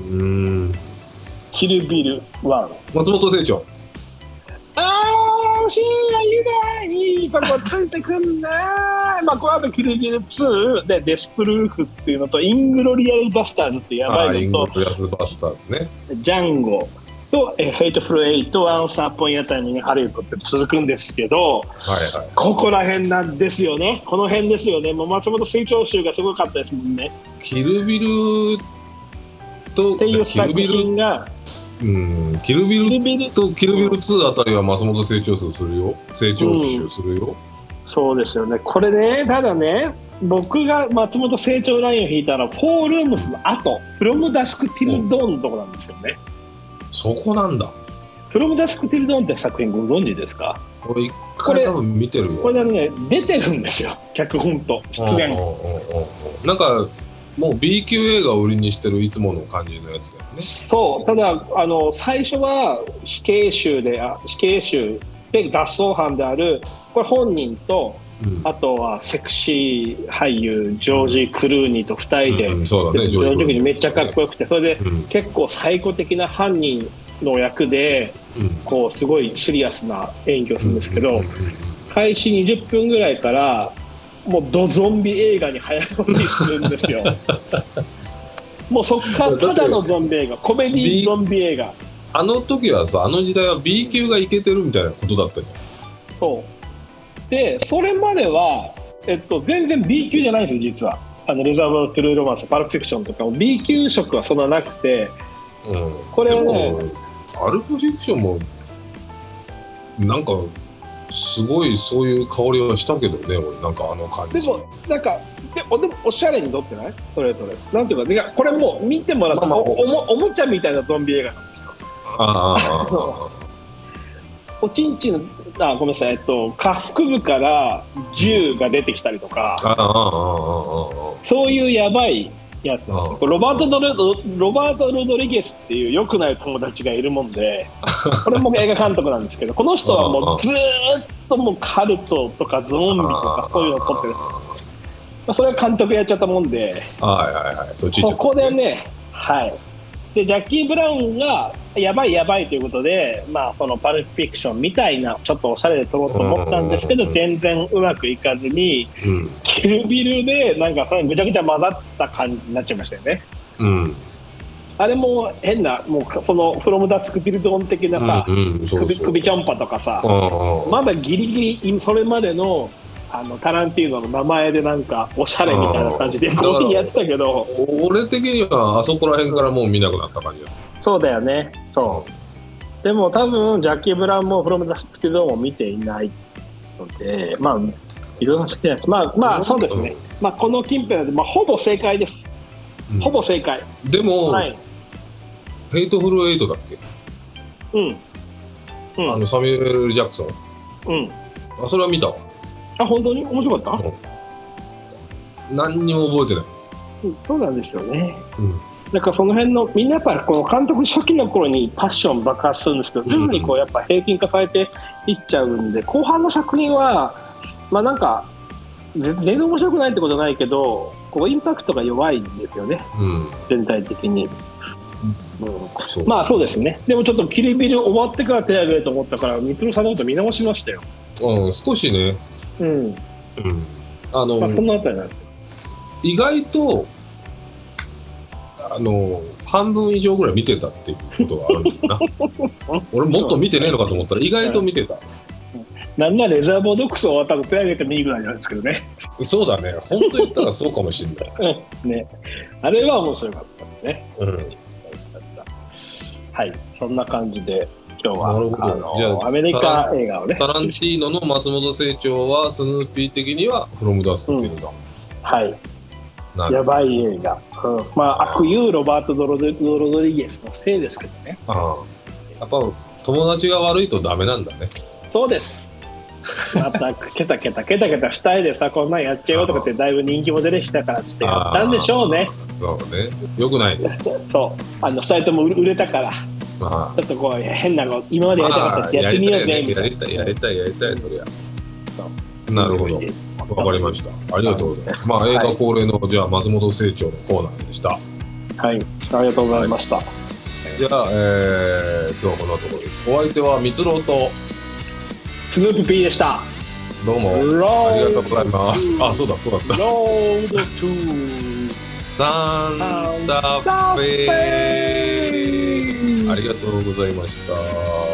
Speaker 2: ン
Speaker 1: うーん
Speaker 2: キル・ビル・ワン
Speaker 1: 松本清張
Speaker 2: あー、深夜以外いいとこついてくんなー。まあ、この後、キルギル2で、デスプルーフっていうのと、イングロリアルバスターズってや
Speaker 1: あ
Speaker 2: ば
Speaker 1: あイ
Speaker 2: い
Speaker 1: ング
Speaker 2: の
Speaker 1: プラスバスターズね
Speaker 2: と、ジャンゴと、えヘイトフルエイト、ワンサーポインやタイムにハリウッドって続くんですけど、
Speaker 1: はいはい
Speaker 2: ここら辺なんですよね。この辺ですよね。もう松本成長集がすごかったですもんね。
Speaker 1: キルビルと
Speaker 2: っていう
Speaker 1: キル
Speaker 2: 作
Speaker 1: ビル
Speaker 2: 品が、
Speaker 1: うんキルビ
Speaker 2: キ
Speaker 1: ル
Speaker 2: ルビル、
Speaker 1: とキルビル2あたりは松本成長数するよ成長集するよ、
Speaker 2: そうですよね。これね、ただね、僕が松本成長ラインを引いたら、フォールームスの後、フロムダスクティルドーンのとこなんですよね。
Speaker 1: そこなんだ
Speaker 2: フロムダスクティルドーンって作品ご存知ですか
Speaker 1: これ一
Speaker 2: こ
Speaker 1: 回
Speaker 2: れ
Speaker 1: 多分見てるよ
Speaker 2: これね、出てるんですよ。脚本と出
Speaker 1: うん
Speaker 2: 演。
Speaker 1: うんうんうんなんかもう B 級映画を売りにしてるいつもの感じのやつだよね
Speaker 2: そうただあの最初は死刑囚であ死刑囚で脱走犯であるこれ本人と
Speaker 1: うん
Speaker 2: あとはセクシー俳優ジョージ・クルーニーと2人で、
Speaker 1: うんそうだね
Speaker 2: ジョージ・クルーニーめっちゃかっこよくてそれで
Speaker 1: うんうん
Speaker 2: 結構最古的な犯人の役でこうすごいシリアスな演技をするんですけど、
Speaker 1: うんうんうん
Speaker 2: 開始20分ぐらいからもうドゾンビ映画に早乗りするんですよもうそっからただのゾンビ映画コメディゾンビ映画
Speaker 1: あの時はさあの時代は B 級がいけてるみたいなことだったじ
Speaker 2: そうでそれまでは、えっと、全然 B 級じゃないんですよ実はあのレザーバー・トゥルー・ロマンスパルプフィクションとかも B 級色はそんななくて
Speaker 1: ゃん、うん、
Speaker 2: これはね
Speaker 1: でもパルプフィクションもなんかすごいそういう香りはしたけどね俺なんかあの感
Speaker 2: で
Speaker 1: じ
Speaker 2: もなんかでおでもおしゃれに撮ってないそれぞれなんていうかでいやこれもう見てもらった
Speaker 1: まあまあ
Speaker 2: おおもおもちゃみたいなゾンビ映画
Speaker 1: ああああああ
Speaker 2: おちんちんのあごめんなさい、えっと、下腹部から銃が出てきたりとか、
Speaker 1: ああああああ
Speaker 2: そういうやばいやつなんですよロバートドレロロバート・ロドリゲスっていう良くない友達がいるもん でこれも映画監督なんですけどこの人はもうずーっともうカルトとかゾンビとかそういうのを撮ってるまあそれは監督やっちゃったもんで
Speaker 1: ああはいはいはいそっち行っ
Speaker 2: こ
Speaker 1: ちゃった
Speaker 2: こでねはいでジャッキー・ブラウンがやばいやばいということで、まあ、そのパルプフィクションみたいなちょっとおしゃれで撮ろうと思ったんですけ
Speaker 1: う
Speaker 2: ど
Speaker 1: ん
Speaker 2: 全然うまくいかずに
Speaker 1: うん
Speaker 2: キルビルでなんかそれぐちゃぐちゃ混ざった感じになっちゃいましたよね
Speaker 1: うん
Speaker 2: あれも変なもうその「フロムダスクビルドン」的なさ、
Speaker 1: うんうんそう
Speaker 2: 首
Speaker 1: そう
Speaker 2: 首ちょんぱとかさ、
Speaker 1: ああ
Speaker 2: まだギリギリそれまでのあのタランティーノの名前でなんかおしゃれみたいな感じで
Speaker 1: うん
Speaker 2: こうやってたけど
Speaker 1: 俺的にはあそこら辺からもう見なくなった感じだ
Speaker 2: そうだよねそうでも多分ジャッキー・ブラウンも「フロムダスクビルドン」を見ていないのでまあいろんな好きなやつまあまあそうですね、まあ、この近辺なんで、まあ、ほぼ正解です
Speaker 1: うん
Speaker 2: ほぼ正解、
Speaker 1: でも、
Speaker 2: はい
Speaker 1: ヘイトフルエイトだっけ、
Speaker 2: うんう
Speaker 1: あ
Speaker 2: ん
Speaker 1: のサミュエル・ L ジャクソン
Speaker 2: うん
Speaker 1: あそれは見たわ
Speaker 2: あ本当に面白かった、
Speaker 1: 何にも覚えてない
Speaker 2: うんそうなんですよね、
Speaker 1: うん
Speaker 2: だからその辺のみんなやっぱりこの監督初期の頃にパッション爆発するんですけど
Speaker 1: うん
Speaker 2: 徐々にこうやっぱ平均化されていっちゃうんで後半の作品はまあなんか全全然面白くないってことはないけどこうインパクトが弱いんですよね
Speaker 1: うん
Speaker 2: 全体的に、うん
Speaker 1: そう
Speaker 2: まあそうですねでもちょっとキリビル終わってから手上げると思ったから光留さんのこと見直しましたよ
Speaker 1: うん、少しね、
Speaker 2: うん
Speaker 1: うん、あの、
Speaker 2: まあそんなあたりなんです
Speaker 1: 意外とあの半分以上ぐらい見てたっていうことがあるんだな 俺もっと見てねえのかと思ったら意外と見てた
Speaker 2: なんならレザーボードックス終わったら手上げてもいいぐらいなんですけどね
Speaker 1: そうだね本当言ったらそうかもしれない、
Speaker 2: ね、あれは面白かったですね。
Speaker 1: うん、
Speaker 2: はい、そんな感じで今日は
Speaker 1: なるほど
Speaker 2: あの
Speaker 1: じゃあ
Speaker 2: アメリカ映画をね、
Speaker 1: タランティーノの松本清張はスヌーピー的には「フロムダスク」っていうの
Speaker 2: はい、
Speaker 1: が、な
Speaker 2: や
Speaker 1: る
Speaker 2: ばい映画、うんまあ、悪友ロバートドロド・ロドリゲスのせいですけどね、
Speaker 1: ああやっぱ友達が悪いとダメなんだね
Speaker 2: そうです。またケタケタケタケタ2人でさこんなんやっちゃうよとかってだいぶ人気も出てきたからっつってやったんでしょうね
Speaker 1: そうねよくないね
Speaker 2: そうあの2人とも売れたから
Speaker 1: まあ
Speaker 2: ちょっとこう変なの今までやりたかった
Speaker 1: まあ
Speaker 2: ってやってみようぜみ
Speaker 1: や
Speaker 2: たい
Speaker 1: りたいやりたいやりたいやりたいそり
Speaker 2: そ
Speaker 1: ゃなるほど
Speaker 2: な
Speaker 1: わかりました。ありがとうございます。まあ、映画恒例の、じゃあ、松本清張のコーナーでした。
Speaker 2: はいありがとうございました、
Speaker 1: じゃあ、えー、今日はこんなところです。お相手は三郎と、
Speaker 2: スヌープ P でした。
Speaker 1: どうも、
Speaker 2: ロ
Speaker 1: ありがとう
Speaker 2: ー
Speaker 1: ございます。あ、そうだ、そうだっ
Speaker 2: ド、
Speaker 1: た。
Speaker 2: ロードトゥー
Speaker 1: サンタフェありがとうございました。